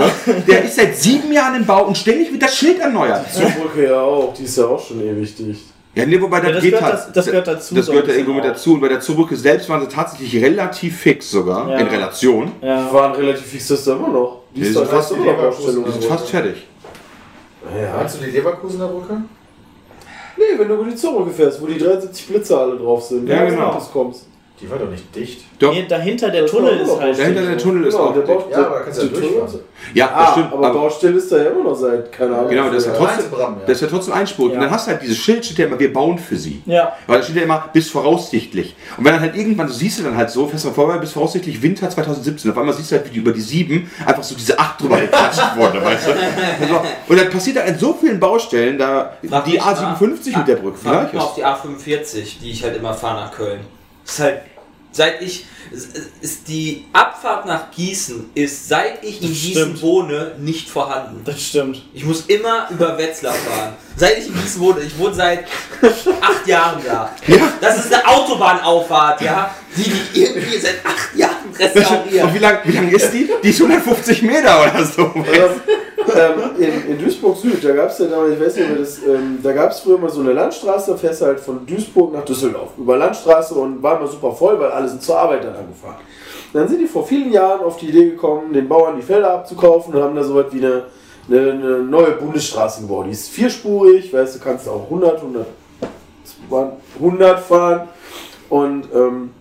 [SPEAKER 8] der ist seit sieben Jahren im Bau und ständig wird das Schild erneuert.
[SPEAKER 9] Die Brücke ja auch, die ist ja auch schon ewig dicht.
[SPEAKER 8] Ja, nee, wobei das,
[SPEAKER 7] das
[SPEAKER 8] geht
[SPEAKER 7] gehört
[SPEAKER 8] halt.
[SPEAKER 7] das- das gehört dazu,
[SPEAKER 8] Das
[SPEAKER 7] so
[SPEAKER 8] gehört
[SPEAKER 7] ein
[SPEAKER 8] ja irgendwo
[SPEAKER 7] bisschen
[SPEAKER 8] mit
[SPEAKER 7] auch.
[SPEAKER 8] dazu. Und bei der Zubrücke selbst waren sie tatsächlich relativ fix sogar,
[SPEAKER 7] Ja.
[SPEAKER 8] in Relation.
[SPEAKER 9] Die waren relativ fix, das ist da immer noch. Die
[SPEAKER 8] Wir
[SPEAKER 9] ist
[SPEAKER 8] sind
[SPEAKER 9] da fast
[SPEAKER 5] fast
[SPEAKER 9] immer noch
[SPEAKER 5] wieder
[SPEAKER 9] Baustelle.
[SPEAKER 8] Wir sind fast fertig.
[SPEAKER 9] Ja.
[SPEAKER 5] Meinst du die Leverkusener Brücke?
[SPEAKER 9] Nee, wenn du über die Zoobrücke fährst, wo die 73 Blitze alle drauf sind.
[SPEAKER 8] Ja,
[SPEAKER 9] wenn du
[SPEAKER 8] genau.
[SPEAKER 9] aus Autos kommst.
[SPEAKER 1] Die war doch nicht dicht.
[SPEAKER 8] Doch,
[SPEAKER 7] Nee, dahinter der Tunnel ist halt.
[SPEAKER 8] dahinter der Tunnel ist
[SPEAKER 9] Genau,
[SPEAKER 8] auch
[SPEAKER 9] der
[SPEAKER 8] dicht.
[SPEAKER 9] Bau-
[SPEAKER 1] Ja, aber kannst ja
[SPEAKER 9] die Tunnel-
[SPEAKER 1] durchfahren.
[SPEAKER 8] Ja, das
[SPEAKER 9] Ah,
[SPEAKER 8] stimmt.
[SPEAKER 9] aber,
[SPEAKER 8] Aber,
[SPEAKER 9] Baustelle ist da ja immer noch seit, keine Ahnung.
[SPEAKER 8] genau, das ist ja
[SPEAKER 9] früher.
[SPEAKER 8] trotzdem,
[SPEAKER 1] Reinbram, ja.
[SPEAKER 8] das ist ja trotzdem Einspruch. Und dann hast du halt dieses Schild, steht ja immer, wir bauen für sie.
[SPEAKER 7] Ja.
[SPEAKER 8] Weil da steht ja immer, bis voraussichtlich. Und wenn dann halt irgendwann, du siehst du dann halt so, fährst du mal vorbei, bis voraussichtlich Winter 2017. Auf einmal siehst du halt, wie die über die sieben einfach so diese acht drüber geklatscht wurde, weißt du? Also, und dann passiert halt an so vielen Baustellen, da
[SPEAKER 6] Frag
[SPEAKER 8] die
[SPEAKER 6] mich mal-
[SPEAKER 8] A57 mit der Brücke. ne?
[SPEAKER 6] Frag mich
[SPEAKER 8] Vielleicht
[SPEAKER 6] mal auf die A45, die ich halt immer fahre nach Köln. Ist halt, seit ich, ist- ist die Abfahrt nach Gießen ist, seit ich in
[SPEAKER 7] Das
[SPEAKER 6] Gießen
[SPEAKER 7] stimmt.
[SPEAKER 6] wohne, nicht vorhanden.
[SPEAKER 7] Das stimmt.
[SPEAKER 6] Ich muss immer über Wetzlar fahren. Seit ich in Gießen wohne, ich wohne seit acht Jahren da. Das ist eine Autobahnauffahrt, ja, die die irgendwie seit acht Jahren
[SPEAKER 8] Und wie
[SPEAKER 6] restaurieren.
[SPEAKER 8] lang, wie lang ist die? Die ist 150 Meter oder so.
[SPEAKER 9] Ähm, ähm, in, in Duisburg Süd, da gab es ja damals, ich weiß nicht, ob ihr das, ähm, da gab es früher mal so eine Landstraße, da fährst du halt von Duisburg nach Düsseldorf über Landstraße und war immer super voll, weil alle sind zur Arbeit dann angefahren. Dann sind die vor vielen Jahren auf die Idee gekommen, den Bauern die Felder abzukaufen und haben da so was wie eine, eine, eine neue Bundesstraße gebaut. Die ist vierspurig, weißt du, kannst auch 100, 100, 100 fahren und, ähm,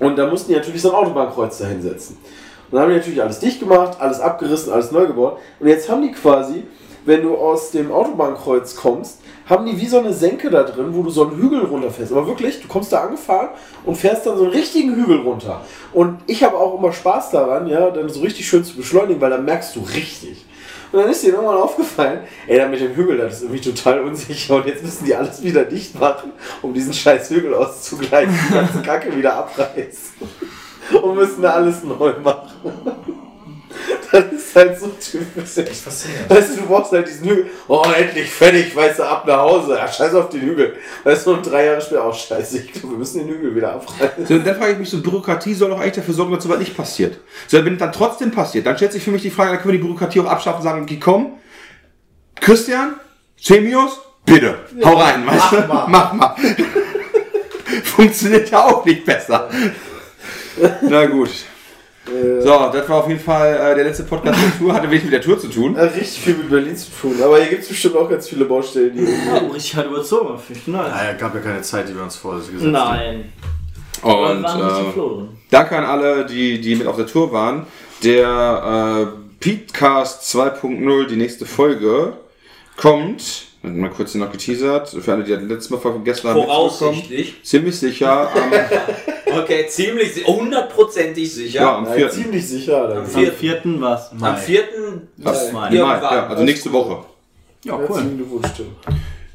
[SPEAKER 9] und da mussten die natürlich so ein Autobahnkreuz dahinsetzen. Und dann haben die natürlich alles dicht gemacht, alles abgerissen, alles neu gebaut. Und jetzt haben die quasi, wenn du aus dem Autobahnkreuz kommst, haben die wie so eine Senke da drin, wo du so einen Hügel runterfährst. Aber wirklich, du kommst da angefahren und fährst dann so einen richtigen Hügel runter. Und ich habe auch immer Spaß daran, ja, dann so richtig schön zu beschleunigen, weil dann merkst du richtig. Und dann ist dir irgendwann aufgefallen, ey, da mit dem Hügel, das ist irgendwie total unsicher. Und jetzt müssen die alles wieder dicht machen, um diesen scheiß Hügel auszugleichen, die ganze Kacke wieder abreißt und müssen da alles neu machen. Das ist halt so typisch.
[SPEAKER 1] Faszinierend.
[SPEAKER 9] Weißt du, du brauchst halt diesen Hügel. Oh, endlich fertig, weißt du, ab nach Hause. Ja, scheiß auf den Hügel. Weißt du, und drei Jahre später auch scheiße. Ich glaube, wir müssen den Hügel wieder abreißen.
[SPEAKER 8] So, und dann frage ich mich so, Bürokratie soll doch eigentlich dafür sorgen, dass sowas nicht passiert. So, wenn dann trotzdem passiert, dann stellt sich für mich die Frage, dann können wir die Bürokratie auch abschaffen und sagen, okay, komm, Christian, Chemios, bitte, hau rein, weißt du?
[SPEAKER 1] mal.
[SPEAKER 8] Mach mal. Funktioniert ja auch nicht besser. Na gut. So, das war auf jeden Fall äh, der letzte Podcast der Tour, hatte wenig mit der Tour zu tun.
[SPEAKER 9] Ja, richtig viel mit Berlin zu tun. Aber hier gibt es bestimmt auch ganz viele Baustellen. Die
[SPEAKER 7] Ja, richtig halt überzogen. Finde ich nice.
[SPEAKER 5] Naja, gab Ah, ja keine Zeit, die wir uns vorgesetzt haben.
[SPEAKER 7] Nein.
[SPEAKER 8] Und,
[SPEAKER 7] waren richtig
[SPEAKER 8] äh,
[SPEAKER 7] Floh drin.
[SPEAKER 8] Danke an alle, die, die mit auf der Tour waren. Der äh, Petecast 2.0, die nächste Folge, kommt. Mal kurz noch geteasert. Für alle, die das letzte Mal von gestern mitbekommen.
[SPEAKER 6] Voraussichtlich.
[SPEAKER 8] Ziemlich sicher am,
[SPEAKER 6] Okay, ziemlich, si- hundertprozentig sicher.
[SPEAKER 8] ja, am
[SPEAKER 9] Ja,
[SPEAKER 8] 4.
[SPEAKER 9] ziemlich sicher. Dann.
[SPEAKER 6] Am
[SPEAKER 7] Am
[SPEAKER 6] vierten-
[SPEAKER 7] vierten war's.
[SPEAKER 6] Am vierten.
[SPEAKER 8] Mai.
[SPEAKER 7] Mai.
[SPEAKER 8] Mai, ja, also nächste Woche.
[SPEAKER 7] Ja, cool.
[SPEAKER 9] Herzlichen Glückwunsch, Tim.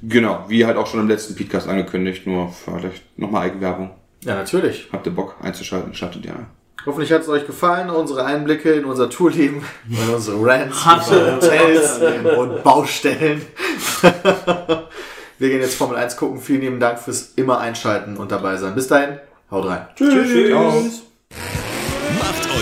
[SPEAKER 8] Genau, wie halt auch schon im letzten Petecast angekündigt, nur vielleicht nochmal Eigenwerbung.
[SPEAKER 5] Ja, natürlich.
[SPEAKER 8] Habt ihr Bock einzuschalten? Schaltet ihr ein.
[SPEAKER 5] Hoffentlich hat es euch gefallen, unsere Einblicke in unser Tourleben, in unsere Rants,
[SPEAKER 7] Hat
[SPEAKER 5] unsere Hotels und Baustellen. Wir gehen jetzt Formel 1 gucken. Vielen lieben Dank fürs immer einschalten und dabei sein. Bis dahin, haut rein.
[SPEAKER 8] Tschüss.
[SPEAKER 4] Macht